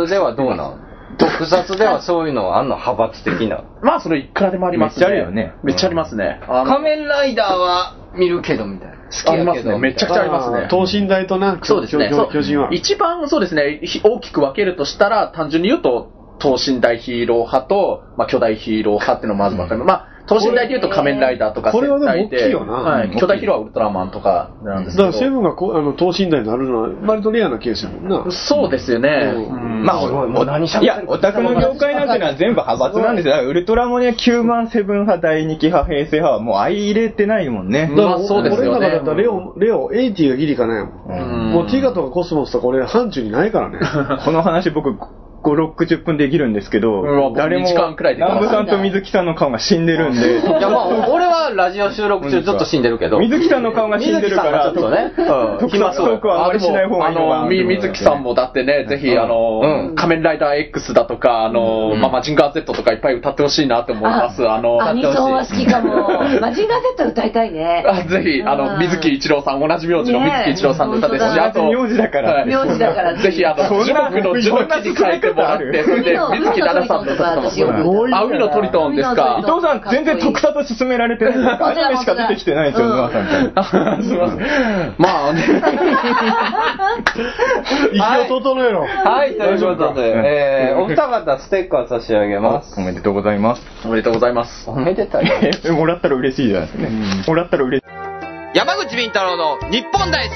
ではどうなん特撮ではそういうのあんの派閥的な。まあ、それいくらでもありますめっちね。ゃあるよねめっちゃありますね。あの仮面ライダーは見るけど、みたいな。好きありやまけすど。ね。めちゃくちゃありますねー。等身大とな、そうですね。巨そう巨人は。一番そうですね、ひ大きく分けるとしたら、単純に言うと、等身大ヒーロー派と、まあ、巨大ヒーロー派っていうのがまず分かる。まあ、等身大で言うと仮面ライダーとか、これはでも戦隊で大きいよなはい巨大ヒーローはウルトラマンとかなんでだすかけど。らセブンがこうあの等身大になるのは割とレアなケースやもんな。そうですよね。うんまあ、もう何しゃいや、オタクの業界なんてのは全部派閥なんですよ。だからウルトラもね、9万セブン派、第2期派、平成派はもう相入れてないもんね。まあそうです俺のよね中だったらレオ、レオ、エイティがギリかないもん。もうティガとかコスモスとか俺、範疇にないからね。 (laughs) この話僕、5、6、10分できるんですけどうわ、僕誰も、 2時間くらいできます南部さんと水木さんの顔が死んでるんで、いや、まあ、俺はラジオ収録中ちょっと死んでるけど。水木さんの顔が死んでるから、水木さんはちょっとね特撮トークはあんまりしない方がいいのかなあでもあの、み水木さんもだってね、ぜひ、あの、仮面ライダー X だとか、あの、まあ、マジンガー Z とかいっぱい歌ってほしいなって思います。あの、アニソンは好きかも。マジンガー Z 歌いたいね。 (laughs) あぜひ、あうの、ん水木一郎さん、同じ名字のね水木一郎さんの歌です本し、当だあと、同じ名字だからはい名字だからぜひ、あそんなの、樹木の樹木に書いてもらっそんなて、それで、水木奈々さんの歌とかも私よく多いあ、海のトリトンです伊か。藤さん、全然特撮進められてないですか。アニメしか出てきてないですよ、沼さんみたいな。あすいません。 (laughs) まあね。息を整えろ。はい、と (laughs) いうことで、えー、お二方ステッカー差し上げます。おめでとうございます。おめでとうございます。おめでたい。えもらったら嬉しいじゃないですかね。もらったら嬉しい。 (laughs) 山口敏太郎の日本大好き。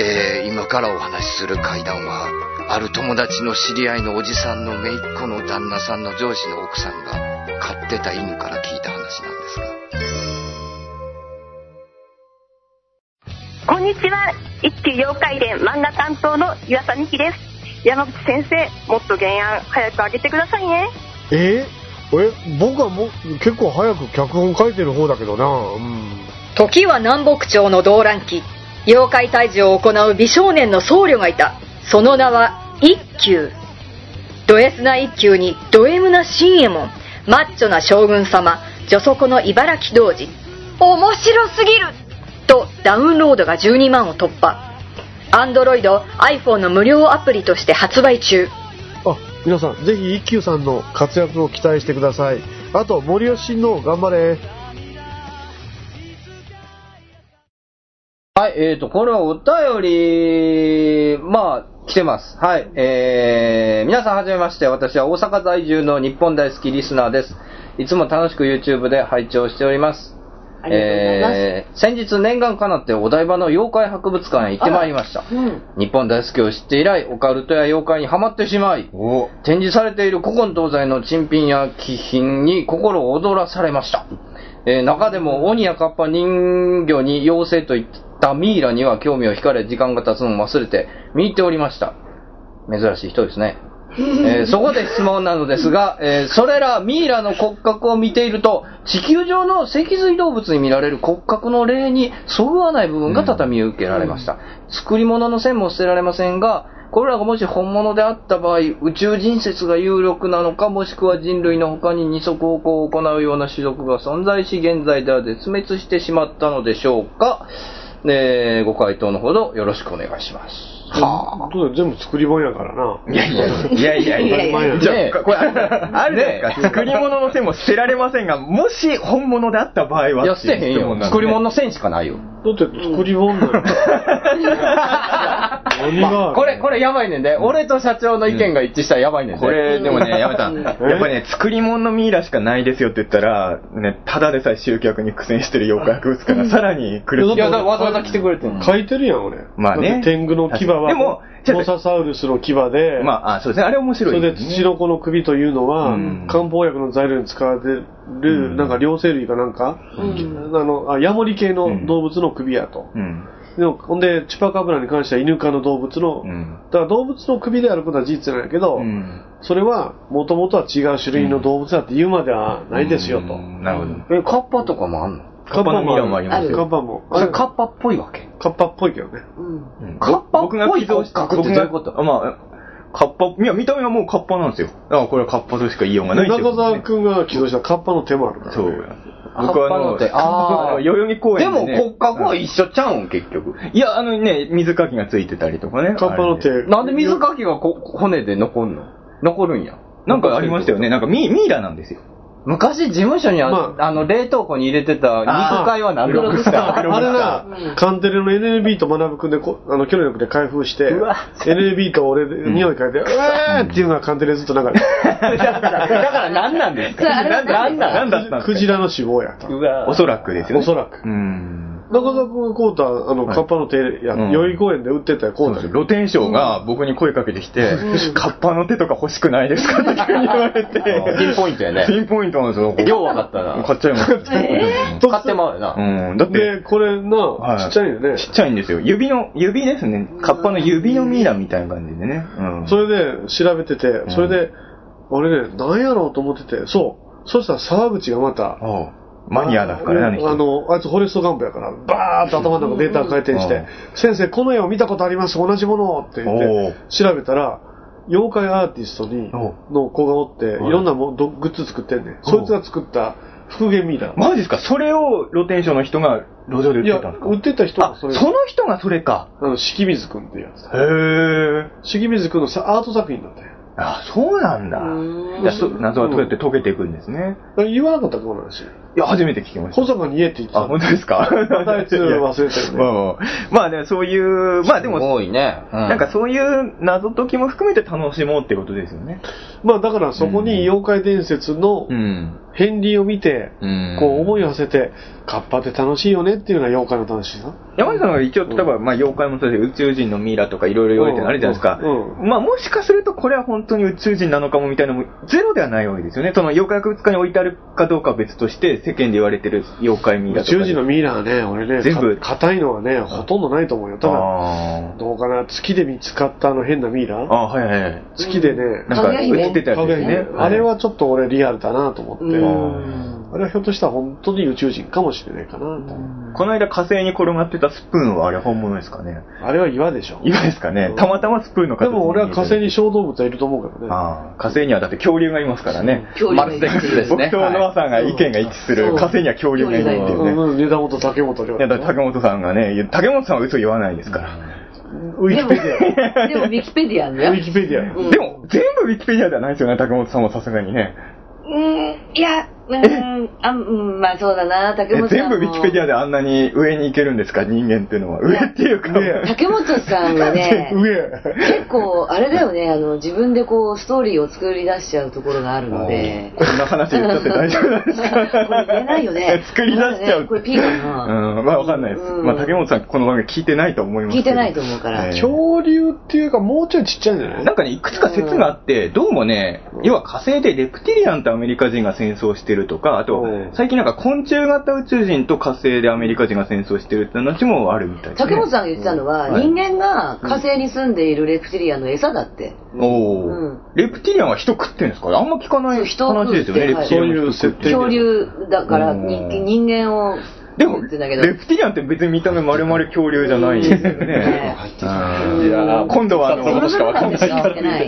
えー今からお話しする会談は、ある友達の知り合いのおじさんの姪っ子の旦那さんの上司の奥さんが飼ってた犬から聞いた話なんですが。こんにちは一休妖怪伝漫画担当の岩佐美希です山口先生もっと原案早く上げてくださいね (laughs) えーえ、僕はもう結構早く脚本書いてる方だけどな。うん。時は南北朝の動乱期妖怪退治を行う美少年の僧侶がいたその名は一休ド S な一休にド M な新右衛門マッチョな将軍様女底の茨城童子面白すぎるとダウンロードが12万を突破アンドロイド iPhone の無料アプリとして発売中あ、皆さん、ぜひ一休さんの活躍を期待してください。あと、森吉の頑張れ。はい、えーと、これはお便り、まあ、来てます。はい、えー、皆さんはじめまして、私は大阪在住の日本大好きリスナーです。いつも楽しく YouTube で拝聴しております。ありがとうございます。えー先日念願かなってお台場の妖怪博物館へ行ってまいりました。うん。日本大好きを知って以来、オカルトや妖怪にハマってしまい、展示されている古今東西の珍品や貴品に心を躍らされました。えー中でも鬼やカッパ人魚に妖精といったミイラには興味を惹かれ、時間が経つのを忘れて見入っておりました。珍しい人ですね。えーそこで質問なのですが、えーそれらミイラの骨格を見ていると、地球上の脊髄動物に見られる骨格の例にそぐわない部分が畳み受けられました。作り物の線も捨てられませんが、これらがもし本物であった場合、宇宙人説が有力なのか、もしくは人類の他に二足歩行を行うような種族が存在し、現在では絶滅してしまったのでしょうか。えーご回答のほどよろしくお願いします。はあ。全部作り物やからな。いやいいやいやいやいや。じゃあ、これある、あるじゃないですねえか。作り物の線も捨てられませんが、もし本物であった場合は。いや捨てへんよ作り物の線しかないよ。だって作り (laughs) 物だよ。まあこれ、これやばいねんで、俺と社長の意見が一致したらやばいねんで。これ、でもね、山田さん、やっぱりね、作り物のミイラしかないですよって言ったら、ね、ただでさえ集客に苦戦してる妖怪博物館がさらに来る。いやだからわざわざ来てくれてる書いてるやん、俺。まあねだって天狗の牙は、でもモササウルスの牙で、まああそうですねあれ面白いそれでですね土の子の首というのは、漢方薬の材料に使われてる、なんか両生類かなんか、あのあヤモリ系の動物の首やと。うん。でもほんで、チュパカブラに関しては犬科の動物の、だから動物の首であることは事実なんやけど、それはもともとは違う種類の動物だって言うまではないですよと。なるほど。え、カッパとかもあんのカッパもカッパのミイラもありますよカッパも。あれカッパっぽいわけカッパっぽいけどね。カッパ僕が寄贈した、僕が、まあ、カッパ、いや、見た目はもうカッパなんですよ。だからこれはカッパとしか言いようがないですよ中澤君が寄贈したカッパの手もあるから、ね。そうや。僕はカッあの、パの手あー (laughs) あの代々木公園で、ね。でも骨格は一緒ちゃうん、結局。いや、あのね、水かきがついてたりとかね。カッパの手あれでなんで水かきがこ骨で残んの残るんや。なんかありましたよね。なんかミイミイラなんですよ。昔事務所にあ,、あの冷凍庫に入れてた肉塊は何ロでスすタかーあれな、カンテレの NLB と学ぶ君でこ、あの、協力で開封して、NLB と俺で、匂い嗅いで、うわーっていうのがカンテレずっと流れて (laughs) る。だから何なんですか何なんだったクジラの死亡やと。おそらくですよね。おそらく。中澤君が買うた、あの、はいカッパの手や、うん代々木公園で売ってたこうた。露天商が僕に声かけてきて、カッパの手とか欲しくないですかって急に言われて。ピンポイントやねピンポイントなんですよ。よう分かったな。買っちゃいました。買ってまうよな。うん。だって、これな、ちっちゃいよね。ちっちゃいんですよ。指の、指ですね。カッパの指のミイラみたいな感じでね。うん。それで調べてて、それで、俺ね、なんやろうと思ってて、そう。そしたら沢口がまた、マニアだからねあの人あの、あいつフォレストガンプやから、バーッと頭の中データ回転しうてん、先生、この絵を見たことあります、同じものをって言って、調べたら、妖怪アーティストに、の子がおって、いろんなもんどグッズ作ってんねん。そいつが作った復元ミイラ。マジですかそれを露天商の人が路上で売ってたんですか売ってた人がそれ。その人がそれか。あの、しきみずくんっていうやつ。へえ。しきみずくんのさアート作品だったよ。あ、そうなんだ。いやそ謎はどうやって解けていくんですね。言わなかったことなんですよ。いや、初めて聞きました。保坂に言えって言ってあ、本当ですかまたあいつ忘れてるねまあまあまあね、そういう、まあでも、多いね。なんかそういう謎解きも含めて楽しもうってことですよね。まあだからそこに妖怪伝説のうん。片鱗を見て、うんこう思いを馳せて、カッパって楽しいよねっていうのは妖怪の楽しさ。山下さんが一応、例えば、まあ、妖怪もそうですけど宇宙人のミイラとかいろいろ言われてるのあるじゃないですか。まあ、もしかするとこれは本当に宇宙人なのかもみたいなのも、ゼロではないわけですよね。その妖怪博物館に置いてあるかどうかは別として、世間で言われてる妖怪ミイラ宇とか。宙人のミイラはね、俺ね、全部か硬いのはね、ほとんどないと思うよ。ただ、どうかな、月で見つかったあの変なミイラああ、はいはいはい。月でね、なんか映ってたやつですねかぐや姫はいあれはちょっと俺リアルだなと思って、うんあれはひょっとしたら本当に宇宙人かもしれないかなとこの間火星に転がってたスプーンはあれ本物ですかね。あれは岩でしょ。岩ですかね。たまたまスプーンの形でも俺は火星に小動物はいると思うけどね。ああ火星にはだって恐竜がいますからね。恐竜がいるまあ僕とノアさんが意見が一致する、うん火星には恐竜がいるっていうね。うん、値段元竹本亮いや、だから竹本さんがね、竹本さんは嘘言わないですから。ウィキペディでもウィキペディアね。ウィキペディア。、でも、全部ウィキペディアではないですよね、竹本さんはさすがにね。うん、いや、うん、あ、うん、まあそうだな、竹え本さ全ん部も。ウィキペディアであんなに上に行けるんですか、人間っていうのは。上っていうか、竹本さんはね上結構、あれだよね、あの、自分でこう、ストーリーを作り出しちゃうところがあるので。こんな話言っちゃって大丈夫なんですかこれ言えないよね。作り出しちゃう。これ P かな。うん、まあわかんないです。うんまあ竹本さん、この番組聞いてないと思いますけど。聞いてないと思うからえー恐竜っていうか、もうちょいちっちゃいんじゃないなんかね、いくつか説があって、どうもね、要は火星でレプティリアンとアメリカ人が戦争してるとか、あと、最近なんか昆虫型宇宙人と火星でアメリカ人が戦争してるって話もあるみたいです、ね。竹本さんが言ってたのは、はい人間が火星に住んでいるレプティリアンの餌だって。おお、レプティリアンは人食ってるんですかあんま聞かない話ですよね、レプティリアンの人食ってる恐竜だから人人間を。でも、レプティリアンって別に見た目丸々恐竜じゃないんですよね。いやー今度はあの、そのしかわかんない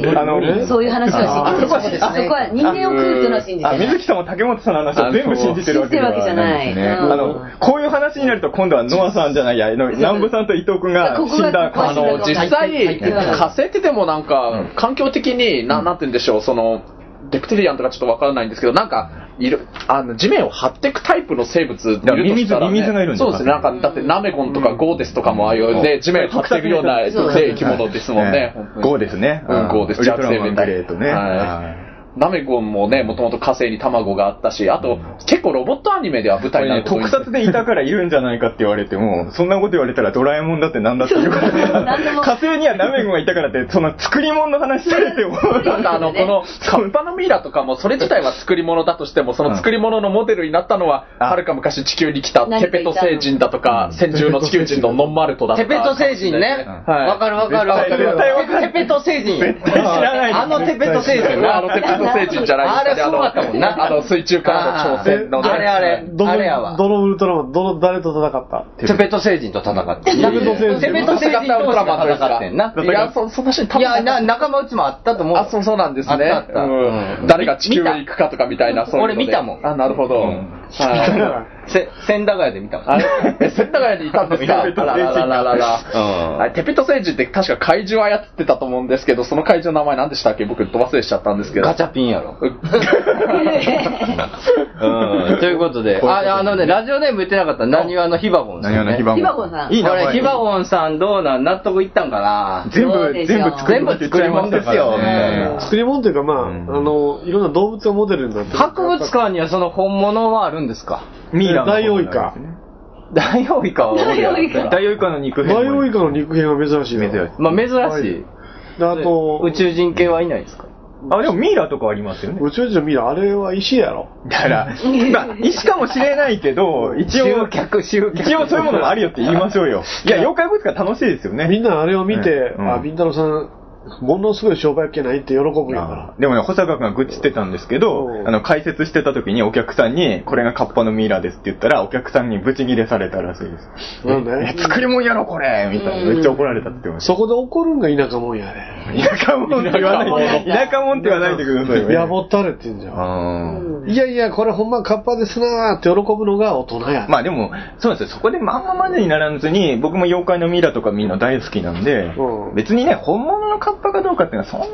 からあの、そういう話は信じてないあーあそこは人間を食うっていうのは信じてないあ水木さんも竹本さんの話を全部信じてるわけではないですね。信じてるわけじゃないうんあの、こういう話になると今度はノアさんじゃないや、あの南部さんと伊藤君がここ死がんだあの、実際、火星ってでもなんか、環境的に、ななんて言うんでしょう、その、レプティリアンとかちょっとわからないんですけど、なんか、いるあの地面を張っていくタイプの生物いるとしたら、ミミズミミズがいるんですそうですね、なんか、だってナメコンとかゴーデスとかもああいう、ね、地面を張っていくようなね生き物ですもんね。ゴーですね。うん、ゴーです。ウルトラマンガレートね。はい。ナメコンもね、もともと火星に卵があったし、あと、結構ロボットアニメでは舞台になること多いん特です撮よでいたからいるんじゃないかって言われて (laughs) も、そんなこと言われたらドラえもんだってなんだっていうから、 (laughs) 火星にはナメゴンがいたからって、その作り物の話されて (laughs) も、なんかあの、この、カッパのミイラとかも、それ自体は作り物だとしても、その作り物のモデルになったのは、はるか昔地球に来たテペト星人だとか、先住の地球人のノンマルトだとか。テペト星人ね。はいわかるわかるわかる。テペト星人。絶対知らないあのテペト星人なあのテペト星人じゃないあれすごかったもんな。あの、水中からの挑戦のね。あれあれ。どのあれやわ。どのウルトラマン、どの、誰と戦ったテペト星人と戦ってテペト星人テペト星人と戦ってんな。いや、そ、そんなシーン多い分や、な、仲間内もあったと思う。あ、そう、そうなんですねあったあった。うん誰が地球に行くかとかみたいな、そういうので。俺見たもんあ、なるほど。はい。 (laughs) せ、千駄ヶ谷で見たもん。あれ、千駄ヶ谷にいたん (laughs) ですかあららららら。あれテペト星人って確か怪獣操ってたと思うんですけど、その怪獣の名前何でしたっけ僕忘れしちゃったんですけど。ガチャピンや (laughs) ろ。うんということで、こういうことああのね、ラジオネーム言ってなかった、なにわのヒバゴンさんね。なにわのヒバゴンヒバゴンさんいい名こ前。れヒヒババゴンさんどうなん納得いったんかな全部どうでしょう全部作り全部物って言っち作ゃりいま物しでたすからねよ。ね作り物というか、まあ、あの、いろんな動物がモデルになってる博物館にはその本物はあるんですかミイラのダイオウイカ。ダイオウイカはおるやんダイオウイカダイオウイカの肉片ダイオウイカの肉片は珍しい珍しい。まあ珍しいであと、宇宙人系はいないですかあ、でもミイラとかありますよね。宇宙人のミイラ、あれは石やろ。だから、まあ、石かもしれないけど、一応、一応そういうものもあるよって言いましょうよ。いや、妖怪物が楽しいですよね。みんなあれを見て、うんあ、ビンタロウさん、ものすごい商売っけないって喜ぶやんかでもね、保坂君が愚痴ってたんですけど、あの、解説してた時にお客さんに、これがカッパのミイラですって言ったら、お客さんにブチギレされたらしいです。ら。なんでえ作り物やろ、これみたいな。めっちゃ怒られたって言ってましそこで怒るんが田舎もんやね。た。田舎もんって言わない。田舎もんって言わないでくださいよ。やぼったれって言うんじゃん。いやいや、これほんまカッパですなーって喜ぶのが大人や。まあでも、そうなんですよ。そこでまんままでにならずに、僕も妖怪のミイラとかみんな大好きなんで、別にね、本物のカッパかどうかっていうのはそんなに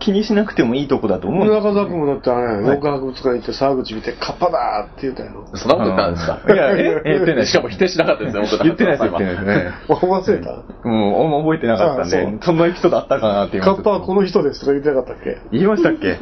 気にしなくてもいいとこだと思うんですよ中澤君もだってあれやん、文化博物館行って沢口見て、カッパだーって言うたやろ。そんなこと言ったんですかいやえ言ってないしかも否定しなかったですね、僕言ってないです、言ってないですね。忘れた (laughs) もう、あんま覚えてなかったんあで、そんなエピソードあったかなっていう。カッパはこの人ですとか言ってなかったっけ言いましたっけいや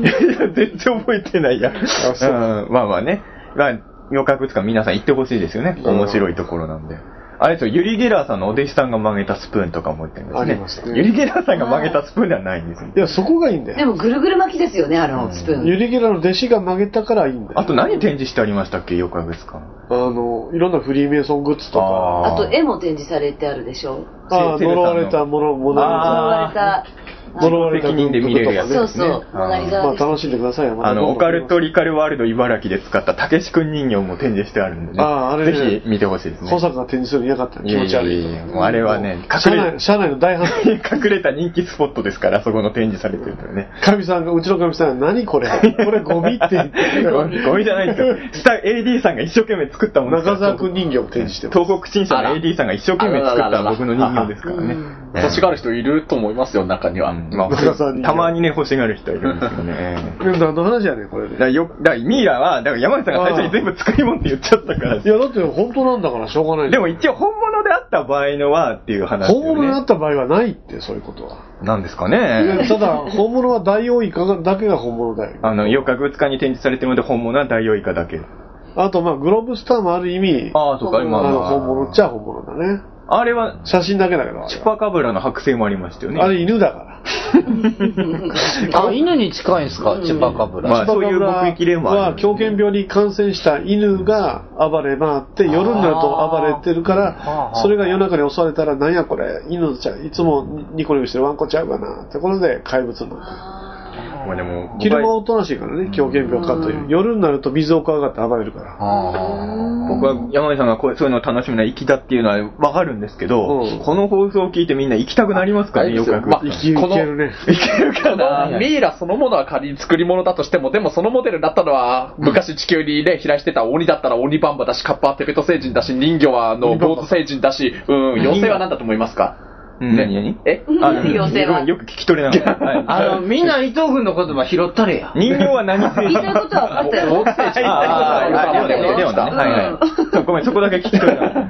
全然覚えてないや。そううんまあまあね。まあ、妖怪物館皆さん行ってほしいですよね。面白いところなんで。あれですよ、ユリ・ゲラーさんのお弟子さんが曲げたスプーンとかも売ってるんですね。ありますねユリ・ゲラーさんが曲げたスプーンではないんですよ。いや、そこがいいんだよ。でもぐるぐる巻きですよね、あのスプーン。ユリゲラの弟子が曲げたからいいんだよ。あと何展示してありましたっけ妖怪物館。あの、いろんなフリーメイソングッズとか、あと絵も展示されてあるでしょ。あーセル呪さんのわれたもの、もの呪われた。呪われた責任で見れるやつそうそう、モナリザまあです。楽しんでくださいよ。またあの、オカルトリカルワールド茨城で使ったたけしくん人形も展示してあるんでね。あーあれねぜひ見てほしいですね。保坂が展示するの嫌かったねい気や持いちや悪いい。やもうあれはね、社隠れ、内社内の大反 (laughs) 対。隠れた人気スポットですから、そこの展示されてるとい (laughs) うね。かみさんが、うちのかみさんが、何こ (laughs) れこれゴミって言ってゴミゴミじゃないですよ。下 AD さんが一生懸命作ったものですから中澤君人形を展示してます。東国新社の AD さんが一生懸命作った僕の人形ですからね。欲しがる人いると思いますよ、中には。まあ中澤人形たまにね、欲しがる人いるんですけどね。 (laughs) ええいや何の話やねん、これねだ。からよだからミイラは、だから山口さんが最初に全部作り物って言っちゃったからい。や、だって本当なんだからしょうがない。 (laughs) でも一応本物であった場合のはっていう話ですよ本ね。物になった場合はないって、そういうことは。なんですかいやね。ただ、本物は大王イカだけが本物だよ。あの、妖怪物館に展示されてるので本物はダイオウイカだけ。あと、まあ、グローブスターもある意味、ああ、とか、今あの本物っちゃ本物だね。あれは、写真だけだけど。チュパカブラの剥製もありましたよね。あれ犬だから。あ、犬に近いんですか、チュパカブラ。チュパカブラは狂犬病に感染した犬が暴れ回って、夜になると暴れてるから、それが夜中に襲われたら、なんやこれ、犬ちゃん、いつもニコニコしてるワンコちゃうかなってことで怪物になまあでもる。昼間はおとなしいからね、狂犬病かという。夜になると水を怖がって暴れるから。僕は山根さんがこうそういうのを楽しみな粋だっていうのはわかるんですけど、この放送を聞いてみんな行きたくなりますかね、よくよく。まあ、この、いけるかな。ミイラそのものは仮に作り物だとしても、でもそのモデルだったのは、昔地球にね、飛来してた鬼だったら鬼バンバだし、カッパはテペト星人だし、人魚はあの、坊主星人だし、うん、妖精は何だと思いますかうん何何えあの妖精はよく聞き取れなかった。はいあの、みんな伊藤君の言葉拾ったれや。 (laughs) 人形は何星人ことは分かったよ。あああ、レオンね、レオンだね。はいはいそう。ごめん、そこだけ聞き取れなかっ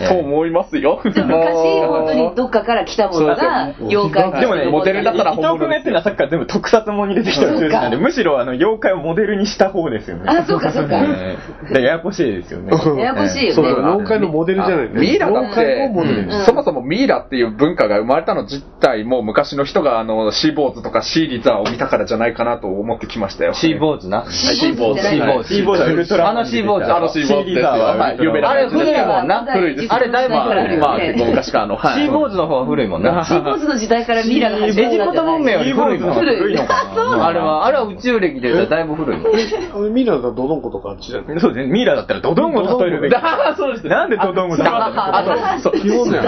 た。と思いますよ。昔、本当にどっかから来たものが、妖怪としてでもね、モデルだったら伊藤君っていうのはさっきから全部特撮もんに出てきた数字なんで、むしろあの、妖怪をモデルにした方ですよね。あそうかそうかええだらややこしいですよね。ややこしいよねそうそう妖怪のモデルじゃないね。ミイラだっ妖怪のてモデル、うんそもそもミイラっていう文化が生まれたの自体も昔の人があの、シーボーズとかシーリザーを見たからじゃないかなと思ってきましたよ。シーボーズな。シーボーズ。シーボーズ。シーボーズはウルトラあのシーボーズ。あのシーボーズですよはい有名なあれ古いもんな。古いですあれだいぶ古いよねまあ、結構昔からあの、はいシーボーズの方は古いもんな。シーボーズの時代からミイラがエ始まジったプんじトゃない文明より古いもん。古いあれは、あれは宇宙歴で言うとだいぶ古いも (laughs) ん。あのミイラだったらドドンコとかあっちじゃないそうですね、ミイラだったらドドンを例えるべき。あそうですね。なんでドドンを例えるべきあと、そう、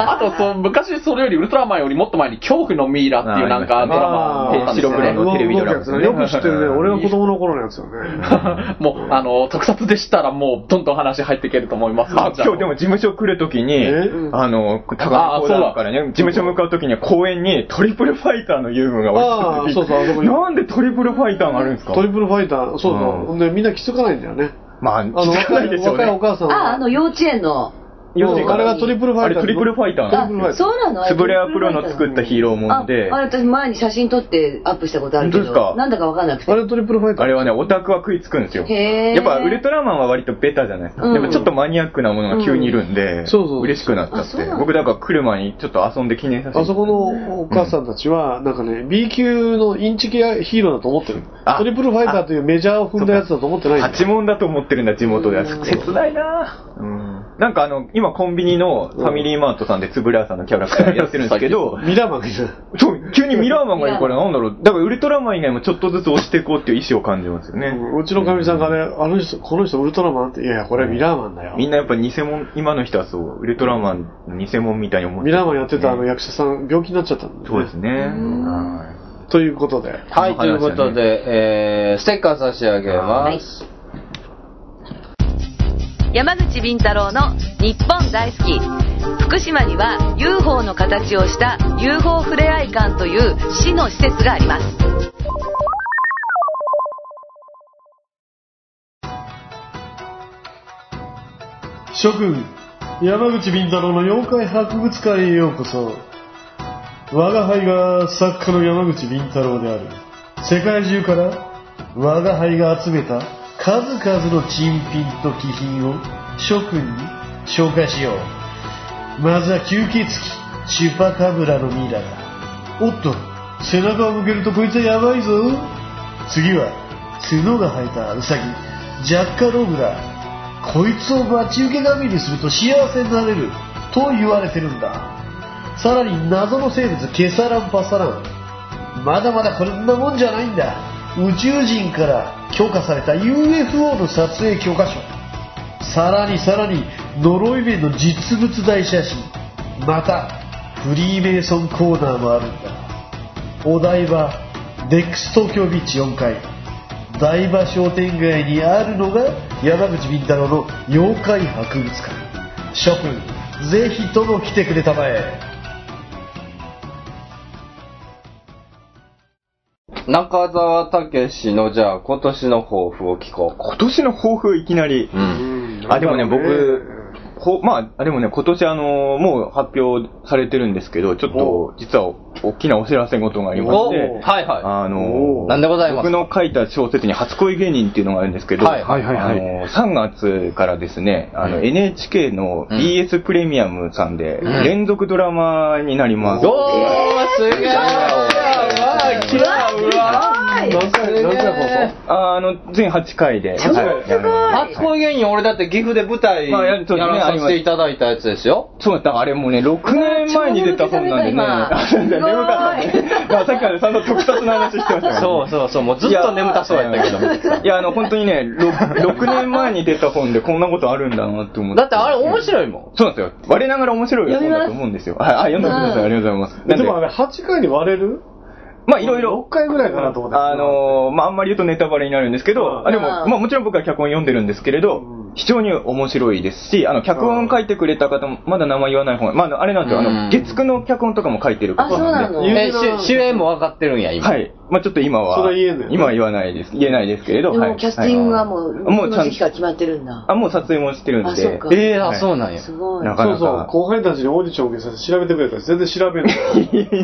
あとそう、昔それよりウルトラマンよりもっと前に恐怖のミイラっていうなんかドラマがあったんですよね白黒のテレビドラマですねよく知って (laughs) るね。俺が子供の頃のやつよね。もう、あの、特撮でしたらもう、どんどん話入っていけると思います。あ、今日でも事務所来るときに、あの、高あ田講だからね、事務所向かうときには公園にトリプルファイターの遊具が落ちててあーそうそうあそこになんでトリプルファイターがあるんですかトリプルファイター、そうそう。ねみんな気づかないんだよね。まあ、あの、聞かな若いいでしょう若いおね。母さんあ、あは。の幼稚園の。幼稚園あれがトリプルファイター。あれトリプルファイタートリプルファイターそうなのつぶれやプロの作ったヒーローもんであ、あれ私前に写真撮ってアップしたことあるけ本当ですど、かなんだかわかんなくて。あれトリプルファイターあ。れはね、オタクは食いつくんですよ。へーやっぱウルトラマンは割とベタじゃないですか。うんやっぱちょっとマニアックなものが急にいるんで、そうそう嬉しくなっちゃっあそうてな。んだ僕だから来る前にちょっと遊んで記念させて。あそこのお母さんたちは、なんかね、B 級のインチキヒーローだと思ってる。あトリプルファイターというメジャーを踏んだやつだと思ってないんだよ八問だと思ってるんだ、地元では。切ないなぁ。なんかあの、今コンビニのファミリーマートさんでつぶらさんのキャラクターやってるんですけど、ミラーマンみたいな。そう、急にミラーマンがいるからなんだろう。だからウルトラマン以外もちょっとずつ押していこうっていう意思を感じますよね。うちのかみさんがね、あの人、この人ウルトラマンって、いやいや、これはミラーマンだよ。みんなやっぱ偽物、今の人はそう、ウルトラマンの偽物みたいに思ってミるラーマンやってたあの役者さん、病気になっちゃったんだよねそうですね。はいということで。はい、ということで、えー、ステッカー差し上げます。山口敏太郎の日本大好き福島には UFO の形をした UFO ふれあい館という市の施設があります諸君、山口敏太郎の妖怪博物館へようこそ。我が輩が作家の山口敏太郎である。世界中から我が輩が集めた数々の珍品と気品を諸君に紹介しよう。まずは吸血鬼、チュパカブラのミイラだ。おっと、背中を向けるとこいつはやばいぞ。次は、角が生えたウサギ、ジャッカローブだ。こいつを待ち受け神にすると幸せになれると言われてるんださらに謎の生物ケサランパサランまだまだこんなもんじゃないんだ宇宙人から許可された UFO の撮影許可書さらにさらに呪い面の実物大写真またフリーメイソンコーナーもあるんだお台場デックス東京ビーチ4階台場商店街にあるのが山口敏太郎の妖怪博物館諸君ぜひとも来てくれたまえ中澤武史の、じゃあ、今年の抱負を聞こう。今年の抱負いきなり。あ、でもね、僕、こまあ、でもね、今年あの、もう発表されてるんですけど、ちょっと、実は大きなお知らせ事がありまして、おはいはいあの、なんでございます僕の書いた小説に初恋芸人っていうのがあるんですけど、はいはいはいはいあの3月からですね、あの NHK の BS プレミアムさんでうん連続ドラマになります。すげえあの、全8回で。はい初恋芸人、俺だって岐阜で舞台まあややそうですねらさせていただいたやつですよ。そうだった、あれもうね、6年前に出た本なんでね。あすいません眠か (laughs) ったんで。まあさっきからその特撮の話してましたからねそうそうそう、もうずっと眠たそうやったけど。いや、あの、本当にね、6, 年前に出た本でこんなことあるんだなって思って。だってあれ面白いもん。そうなんですよ。割れながら面白い本だと思うんですよ。はいあ、読んでください。ありがとうございます。でもあれ、8回に割れるまあいろいろ。 6回ぐらいかなと思って。あのーまああんまり言うとネタバレになるんですけど、あでも、あーまあもちろん僕は脚本読んでるんですけれど、非常に面白いですし、あの、脚本書いてくれた方も、まだ名前言わない方が、まああの、あれなんですよ、あうんの、月9の脚本とかも書いてる方なんで。え、し主演も分かってるんや、今。はい。まあちょっと今は、それは言えんのよ今は言わないです。言えないですけれど、ではもい。キャスティングはもう、はいもこうちのゃん時期から決まってるんだ。あ、もう撮影もしてるんあそうでか。ええあ、そうなんや。すごい。なかなかそうそう、後輩たちにオーディション受けさせて調べてくれたら全然調べない。 (laughs)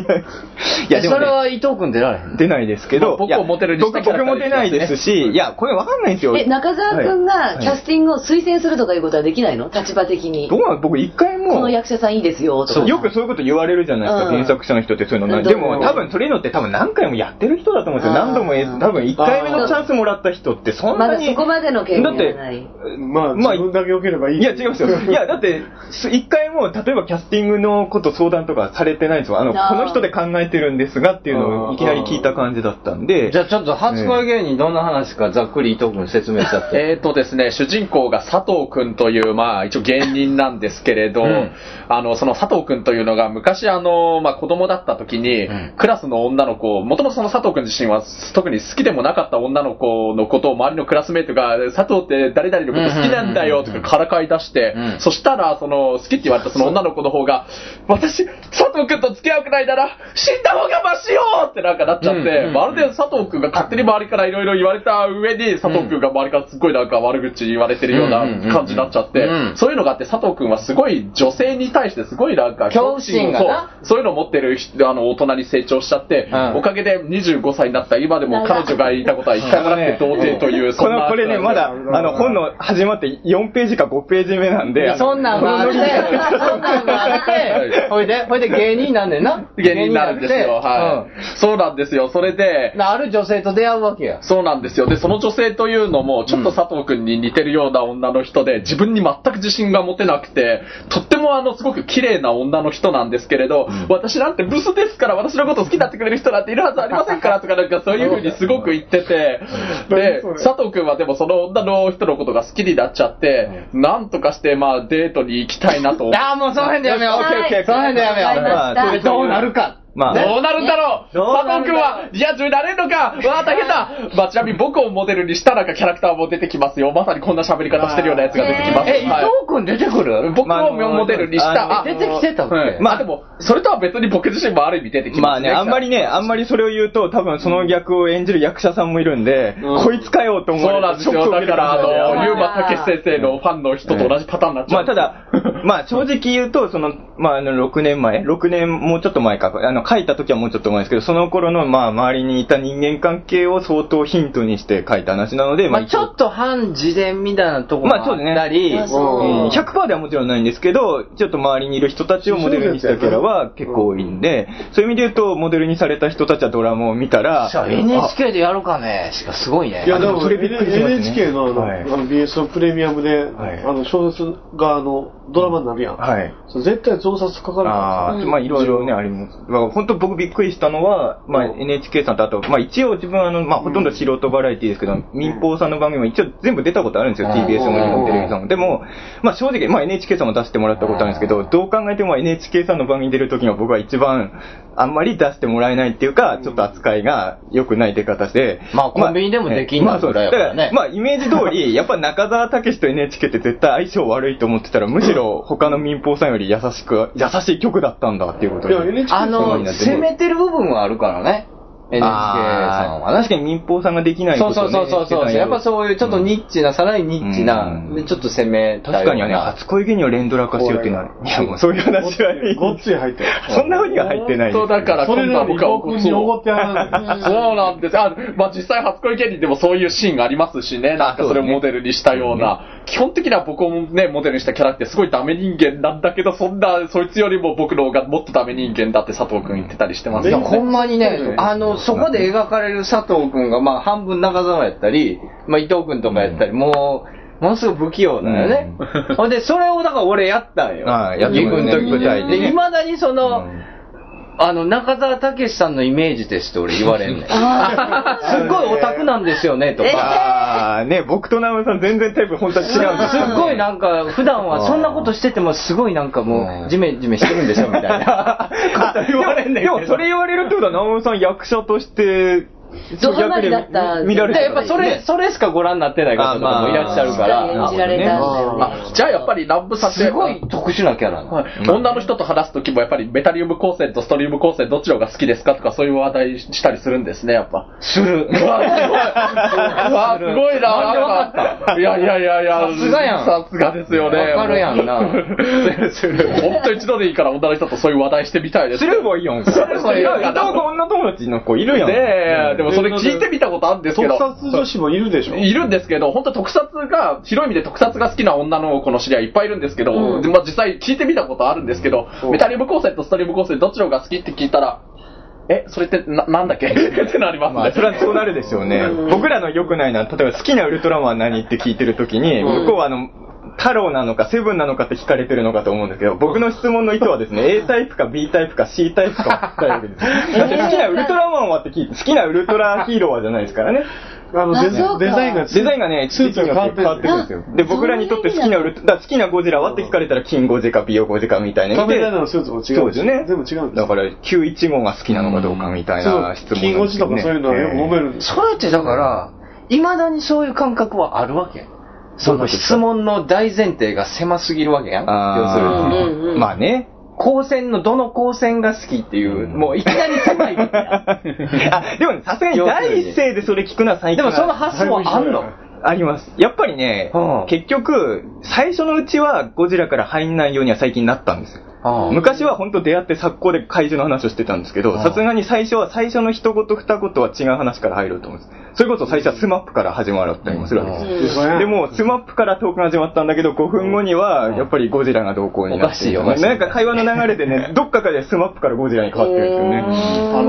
いや、でも、ね、は伊藤君出られへん。出ないですけど、僕をモテるにし僕、たキャラ僕クタモテーないですし、いや、これわかんないんですよ。え、中澤くんがキャスティングを推薦するとかいうことはできないの立場的に。どうなの僕一回もこの役者さんいいですよ、とそうか。よくそういうこと言われるじゃないですか、うん原作者の人ってそういうのうな。んでどうもも多分それのって多分何回もやってる人だと思うんですよ。あー何度もえ、多分1回目のチャンスもらった人ってそんまなだに。そこまでの経験だっがてない。まあ、自分だけ良ければいい。いや、違いますよ。いや、だって、す一回も、例えばキャスティングのこと相談とかされてないんですよ。あの、あーこの人で考えてるんですがっていうのをいきなり聞いた感じだったんで。じゃあちょっと初恋芸人どんな話かざっくり伊藤君説明しちゃって。 (laughs) えーとですね、主人公が佐藤くんという、まあ一応芸人なんですけれど、んあの、その佐藤くんというのが昔あの、まあ子供だった時に、クラスの女の子を、もともとその佐藤くん自身は特に好きでもなかった女の子のことを周りのクラスメイトが、佐藤って誰々のこと好きなんだよとかからかい出して、そしたらその好きって言われたその女の子の方が、私、佐藤くんと付き合うくらいなら死んだ方がマシよってなんかなっちゃって、まるで佐藤くんが勝手に周りからいろいろ言われた上に、佐藤くんが周りからすっごいなんか悪口言われてるような感じになっちゃって、そういうのがあって佐藤くんはすごい女性に対してすごいなんか、恐怖心がそうなそういうのを持ってる人あの大人に成長しちゃって、うんおかげで25歳になった今でも彼女がいたことは一回もなくて童貞という、この、これね、まだ、あの、本のの始まって4ページか5ページ目なんで、あのそんなんもあって、そんなんもあって、ほいで、ほいで芸人になんねんな。芸人になるんですよ。はい、 (laughs) そうなんですよ。それで、なある女性と出会うわけや。そうなんですよ。で、その女性というのも、ちょっと佐藤くんに似てるような女の人で、自分に全く自信が持てなくて、とってもあの、すごく綺麗な女の人なんですけれど、私なんてブスですから、私のこと好きになってくれる人なんているはずありませんから、とかなんかそういうふうにすごく言ってて、で、佐藤くんはでもその女の人のことが好きになっちゃって、なんとかして、まあ、デートに行きたいなと思って。ああ、もうその辺でやめよう。オッケーオッケーオッケーその辺でやめよう。わかりましたどうなるか。まあどうなるんだろうどう佐なるんだろう藤君は、リア充になれるのかわあ、大変だまあ、ちなみに僕をモデルにしたなんかキャラクターも出てきますよ。まさにこんな喋り方してるようなやつが出てきます。え、伊藤はい君出てくる僕をモデルにした。あ出てきてたっけはいまあでも、それとは別に僕自身もある意味出てきままあすね、あんまりね、あんまりそれを言うと、多分その役を演じる役者さんもいるんで、こいつかよと思そうわなんれでてすよ。だから、あの、ゆうまたけし先生のファンの人と同じパターンになっちゃまあう。ただ、 (laughs) まあ正直言うと、その、まああの6年前、6年もうちょっと前か、あの書いた時はもうちょっと前ですけど、その頃のまあ周りにいた人間関係を相当ヒントにして書いた話なので、まあちょっと半自伝みたいなとこもまあそうですねあったり、あうん100%ではもちろんないんですけど、ちょっと周りにいる人たちをモデルにしたキャラは結構多いんで、そういう意味で言うと、モデルにされた人たちはドラマを見たら、じゃあ NHK でやるかねしかすごいね。いや、でも、それびっくりしますね NHK のあの、あの BS のプレミアムで、あの、小説が、あの、ドラマになるやん。はい。それ絶対増刷かかるあかあらー、まあいろいろね、あります。まあ本当僕びっくりしたのは、まあ NHK さんとあと、まあ一応自分あの、まあほとんど素人バラエティですけど、民放さんの番組も一応全部出たことあるんですよ、うん TBS も日本テレビさんも。でも、まあ正直、まあ NHK さんも出してもらったことあるんですけど、どう考えても NHK さんの番組出るときが僕は一番、あんまり出してもらえないっていうか、ちょっと扱いが良くない出方で。まあコンビニでもできんまあのそうぐでらいすやだかかららね。まあイメージ通 (laughs) り、やっぱ中澤武史と NHK って絶対相性悪いと思ってたら、むしろ他の民放さんより優しく、優しい曲だったんだっていうことにいや NHK あの、攻めてる部分はあるからね。 NHK さんはね。確かに民放さんができないこそとうそをうねそうそうそう。やっぱそういうちょっとニッチな、さらにニッチな、でちょっと攻めた確かにようね、な初恋芸人を連ドラ化しようっていうのは、いやもうそういう話はいい。ごっつい入ってそんな風には入ってないです。そうだから、それ今度は僕は僕におごってやらそうなんです。あ、まあ実際初恋芸人でもそういうシーンがありますしね、なんかそれをモデルにしたような、基本的には僕をね、モデルにしたキャラってすごいダメ人間なんだけど、そんな、そいつよりも僕の方がもっとダメ人間だって佐藤くん言ってたりしてますいやよほんまにね、あの、そこで映描かれる佐藤くんが、まあ、半分中澤やったり、まあ、伊藤くんとかやったり、もう、ものすごく不器用だよね。 (laughs) ほんで、それをだから俺やったんよ。ああやってもね行く時に舞台でねで、未だにその、あの、中澤武さんのイメージですって俺言われんねん。すっ (laughs) ごいオタクなんですよね、とか。ああ、ね、僕と直美さん全然タイプ本当は違うんですすっごいなんか、普段はそんなことしてても、すごいなんかもう、ジメジメしてるんでしょ、みたいな。 (laughs) 言われんねんでもでもそれ言われるってことは、直美さん役者として、ドハマりだった見られてでやっぱそれそれしかご覧になってない方とかもいらっしゃるからあまあしっかり演じられたんだよねあじゃあやっぱりラップさせすごい特殊なキャラ、はい女の人と話す時もやっぱりメタリウム光線とストリウム光線どっちの方が好きですかとかそういう話題したりするんですね、やっぱ。する。うわ、すごい。うわ、すごいな。なんでわかったいやいやいやいや。さすがやんさすがですよね。わかるやんなする。本当一度でいいから女の人とそういう話題してみたいです。すればいいやん。そればいいやん。女友達の子いるやん。ねえ、でもそれ聞いてみたことあるんですけど。特撮女子もいるでしょいるんですけど、本当特撮が、広い意味で特撮が好きな女の子の知り合いいっぱいいるんですけど、うんでまあ実際聞いてみたことあるんですけど、メタリウム光線とストリウム光線どっちの方が好きって聞いたら、え、それってな、なんだっけってなりますね。まあ、それはそうなるでしょうね。僕らの良くないな、例えば好きなウルトラマン何って聞いてるときに、うん向こうはあの、太郎なのかセブンなのかって聞かれてるのかと思うんですけど、僕の質問の意図はですね、A タイプか B タイプか C タイプかを聞きたいわけです。 (laughs) だって好きなウルトラマンはって聞いて、好きなウルトラヒーローはじゃないですからね。あのデザインあそうかデザインがデザインがね、スーツが変わってる変わってるんですよ。で、僕らにとって好きなウルトラ、だから好きなゴジラはって聞かれたら、金ゴジかビオゴジかみたいな。カメラのスーツも違うしそうですよね。全部違うんだから、915が好きなのかどうかみたいな質問なんですけどね。金落ちとかそういうのはよく揉めるんですそれってだから、いまだにそういう感覚はあるわけその質問の大前提が狭すぎるわけやん。あー要するに。まあね。光線のどの光線が好きっていう、もういきなり狭いわけ (laughs) やあ、でもね、さすがに第一声でそれ聞くのは最近はでもその発想はあんのあります。やっぱりね、結局、最初のうちはゴジラから入んないようには最近なったんですよ。昔は本当出会って速攻で怪獣の話をしてたんですけど、さすがに最初は最初の一言二言は違う話から入ろうと思うんです。それこそ最初はスマップから始まったりもするわけですうよ。ん (laughs) でも、スマップからトークが始まったんだけど、5分後には、やっぱりゴジラが同行になって。おかしいよおかしいなんか会話の流れでね、どっかからスマップからゴジラに変わってるんですよね。あ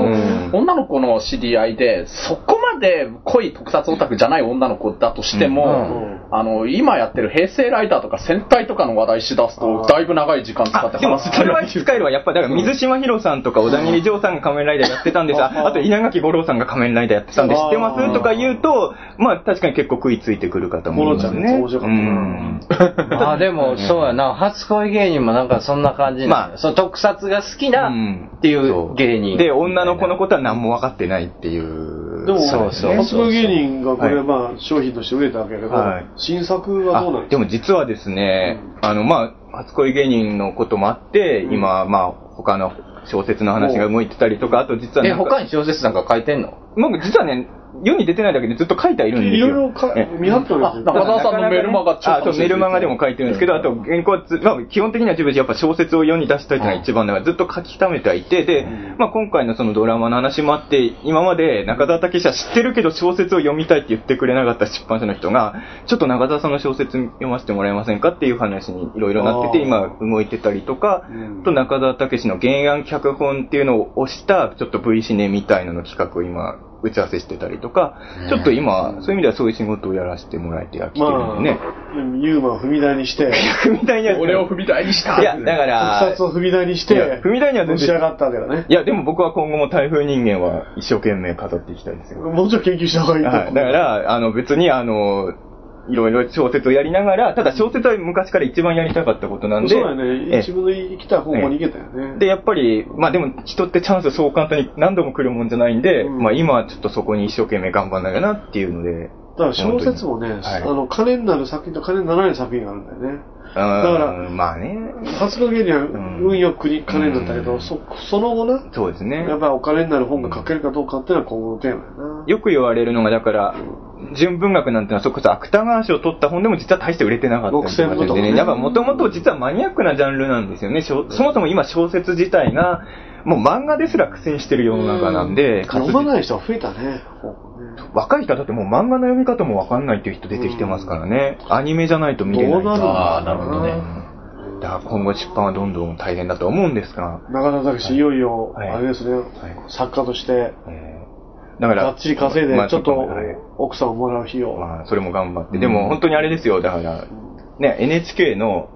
の、女の子の知り合いで、そこまで濃い特撮オタクじゃない女の子だとしても、あの、今やってる平成ライダーとか戦隊とかの話題しだすと、だいぶ長い時間使ってでも、話してそれは使えるわ。やっぱ、だから、水島ヒロさんとか、小田切丈さんが仮面ライダーやってたんです。ああと、稲垣吾郎さんが仮面ライダーやってたんで、知ってまあーすとか言うと、まあ、確かに結構食いついてくる方もいますね。面白かったあでも、そうやな。初恋芸人もなんかそんな感じまあ、その特撮が好きなっていう芸人。で、女の子のことは何も分かってないっていう。でも、そうそう発明芸人がこれ、はいまあ、商品として売れたわけだけど、はい新作はどうなあでも実はですね、あの、まあ、初恋芸人のこともあって、今、まあ、他の小説の話が向いてたりとか、あと実はえ他に小説なんか書いてんの僕実はね、世に出てないだけでずっと書いてはいるんですよ。いろいろかええ見張ってるんですよあ中澤さんのメルマガちょっとあそうメルマガでも書いてるんですけど、あと原稿はつ、まあ、基本的には自分やっぱ小説を世に出したいというのが一番だから、ずっと書き溜めてはいて、で、まあ今回のそのドラマの話もあって、今まで中澤武史は知ってるけど小説を読みたいって言ってくれなかった出版社の人が、ちょっと中澤さんの小説読ませてもらえませんかっていう話にいろいろなってて、あー今動いてたりとか、と中澤武史の原案脚本っていうのを押した、ちょっと V シネみたいなの企画を今、打ち合わせしてたりとか、ちょっと今、そういう意味ではそういう仕事をやらせてもらえてはきてるのんでね。まあ、ユーマを踏み台にして、踏み台に俺を踏み台にした。いや、だから、特撮を踏み台にしいやて、踏み台には全の然し上がったわけだね。いや、でも僕は今後も台風人間は一生懸命飾っていきたいですよ。もうちょい研究した方がいいと思うはい、だから、あの別にあの、いろいろ小説をやりながら、ただ小説は昔から一番やりたかったことなんで。そうだね。え自分の生きた方向に行けたよね。で、やっぱり、まあでも人ってチャンスそう簡単に何度も来るもんじゃないんで、まあ今はちょっとそこに一生懸命頑張んなきゃなっていうので。だから小説もね、あの、金になる作品と金にならない作品があるんだよね。だから、まあね。初の芸には運よく国金になったけど、そその後な、そうですね。やっぱりお金になる本が書けるかどうかっていうのは今後のテーマやな。よく言われるのが、だから、純文学なんてのは、それこそ芥川賞を取った本でも実は大して売れてなかったりとか6000部とかでねね。やっぱもともと実はマニアックなジャンルなんですよね。しょそもそも今小説自体が、もう漫画ですら苦戦してる世の中なんで、活字読まない人は増えたね。若い人はだってもう漫画の読み方もわかんないっていう人出てきてますからね。アニメじゃないと見れないどうなるのあーなるほどねうん。だから今後出版はどんどん大変だと思うんですが、中田武史、いよいよ、あれですね、作家として、だから、がっちり稼いでま、あちょっとはい奥さんをもらう費用。まあそれも頑張って。でも本当にあれですよ、だから、ね、NHK の、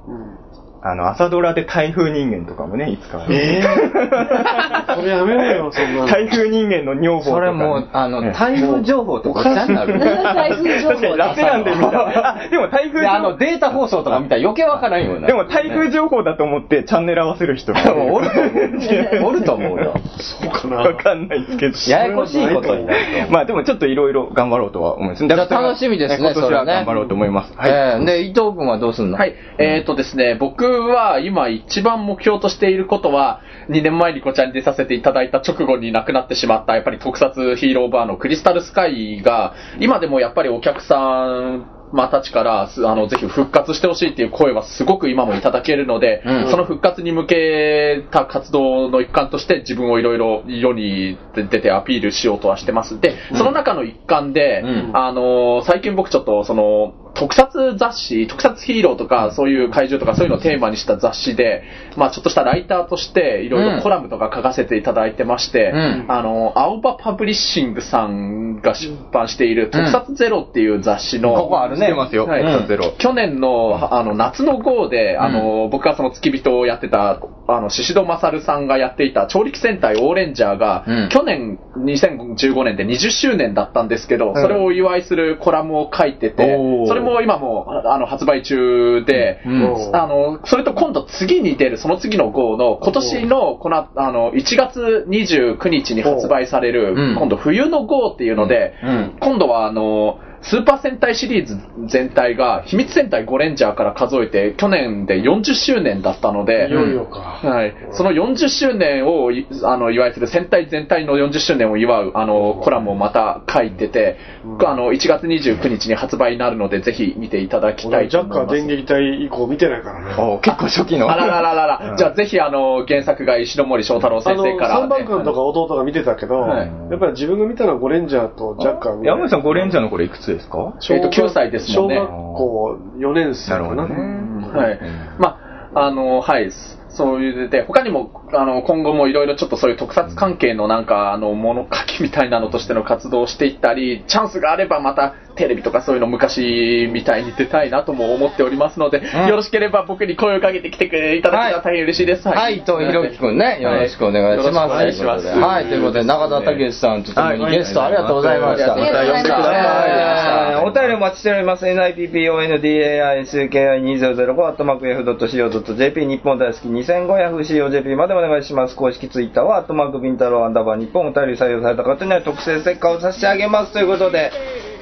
あの、朝ドラで台風人間とかもね、いつか。えぇ (laughs) それやめろよ、そんなの。台風人間の女房とか、それもうあの台風情報とごっちゃになる台風情報確かに楽なんで、みんなあでも台風であのデータ放送とか見たら余計わからんようになでも台風情報だと思ってチャンネル合わせる人が (laughs) お (laughs) ると思う。おると思う (laughs) よ。そうかな。わかんないですけど。ややこしいことになると (laughs) まあでもちょっといろいろ頑張ろうとは思います。だからじゃあ楽しみですね今そ年れははね頑張ろうと思います。はい。えーで、伊藤君はどうすんのはい。えっ、とですね、僕は今一番目標としていることは、2年前にこちらに出させていただいた直後に亡くなってしまった、やっぱり特撮ヒーローバーのクリスタルスカイが、今でもやっぱりお客さん、またちから、すあの、ぜひ復活してほしいっていう声はすごく今もいただけるので、うんその復活に向けた活動の一環として自分をいろいろ世に出てアピールしようとはしてます。で、その中の一環で、あの、最近僕ちょっとその、特撮雑誌、特撮ヒーローとか、そういう怪獣とかそういうのをテーマにした雑誌で、まあちょっとしたライターとして、いろいろコラムとか書かせていただいてまして、うんあの、青葉パブリッシングさんが出版している、特撮ゼロっていう雑誌の、ここあるね。ますよ。はい特撮ゼロ。去年のあの夏の号で、あの僕がその付き人をやってた、あの宍戸勝さんがやっていた調力戦隊オーレンジャーが、うん去年2015年で20周年だったんですけど、それをお祝いするコラムを書いてて、おーそれも今もああの発売中で、うんあのそれと今度次に出るその次の号の今年のこのああの1月29日に発売される、うん今度冬の号っていうので、うん。今度はあの、スーパー戦隊シリーズ全体が、秘密戦隊ゴレンジャーから数えて、去年で40周年だったので、いよいよか。はい、その40周年をいあの祝いする、戦隊全体の40周年を祝うあのコラムをまた書いてて、あの1月29日に発売になるので、ぜひ見ていただきた俺、いジとャッ思カいーま電す。撃隊以降見てないからね。お結構初期の。あらららら (laughs) ら、じゃあぜひあの原作が石ノ森章太郎あ先の、生から、三番館とか弟が見てたけど、はいやっぱり自分が見たのはゴレンジャーとジャッカー見て山口さん、ゴレンジャーのこれいくつですかえっと9歳ですもんね小学校4年生かな。なるほどねはい。まあ、あの、はい。そそういうで、他にも、あの、今後もいろいろちょっとそういう特撮関係のなんか、あの、物書きみたいなのとしての活動をしていったり、チャンスがあればまたテレビとかそういうの昔みたいに出たいなとも思っておりますので、よろしければ僕に声をかけてきてくれいただけたら大変嬉しいです。はい、伊藤博樹くんね、よろしくお願いします。はいよろしくお願いしますはい、ということで、中田武史さん、ちょっともうゲストありがとうございました。はいありがとうございましお便りありがとたうございましたえーお便りお待ちしております。nippondai2005-yahoo.co.jp 日本大好き 2005-yahoo.co.jp までお願いします。公式ツイッターは、アットマークビンタローアンダーバー日本お便り採用された方には特製ステッカーを差し上げますということで、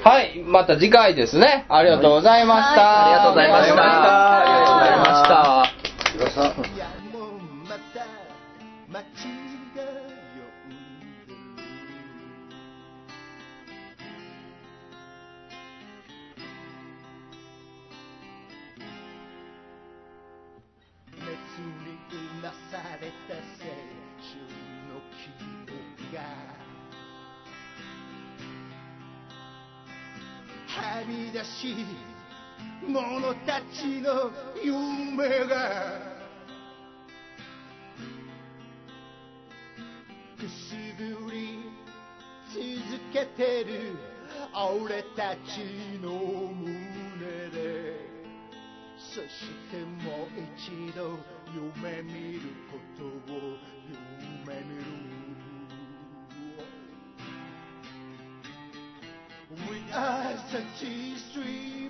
はい、また次回ですね。ありがとうございました。はいありがとうございましたありがとうございました。はみ出し者たちの夢がくすぶり続けてる俺たちの胸でそしてもう一度夢見ることを夢見る We are such a street.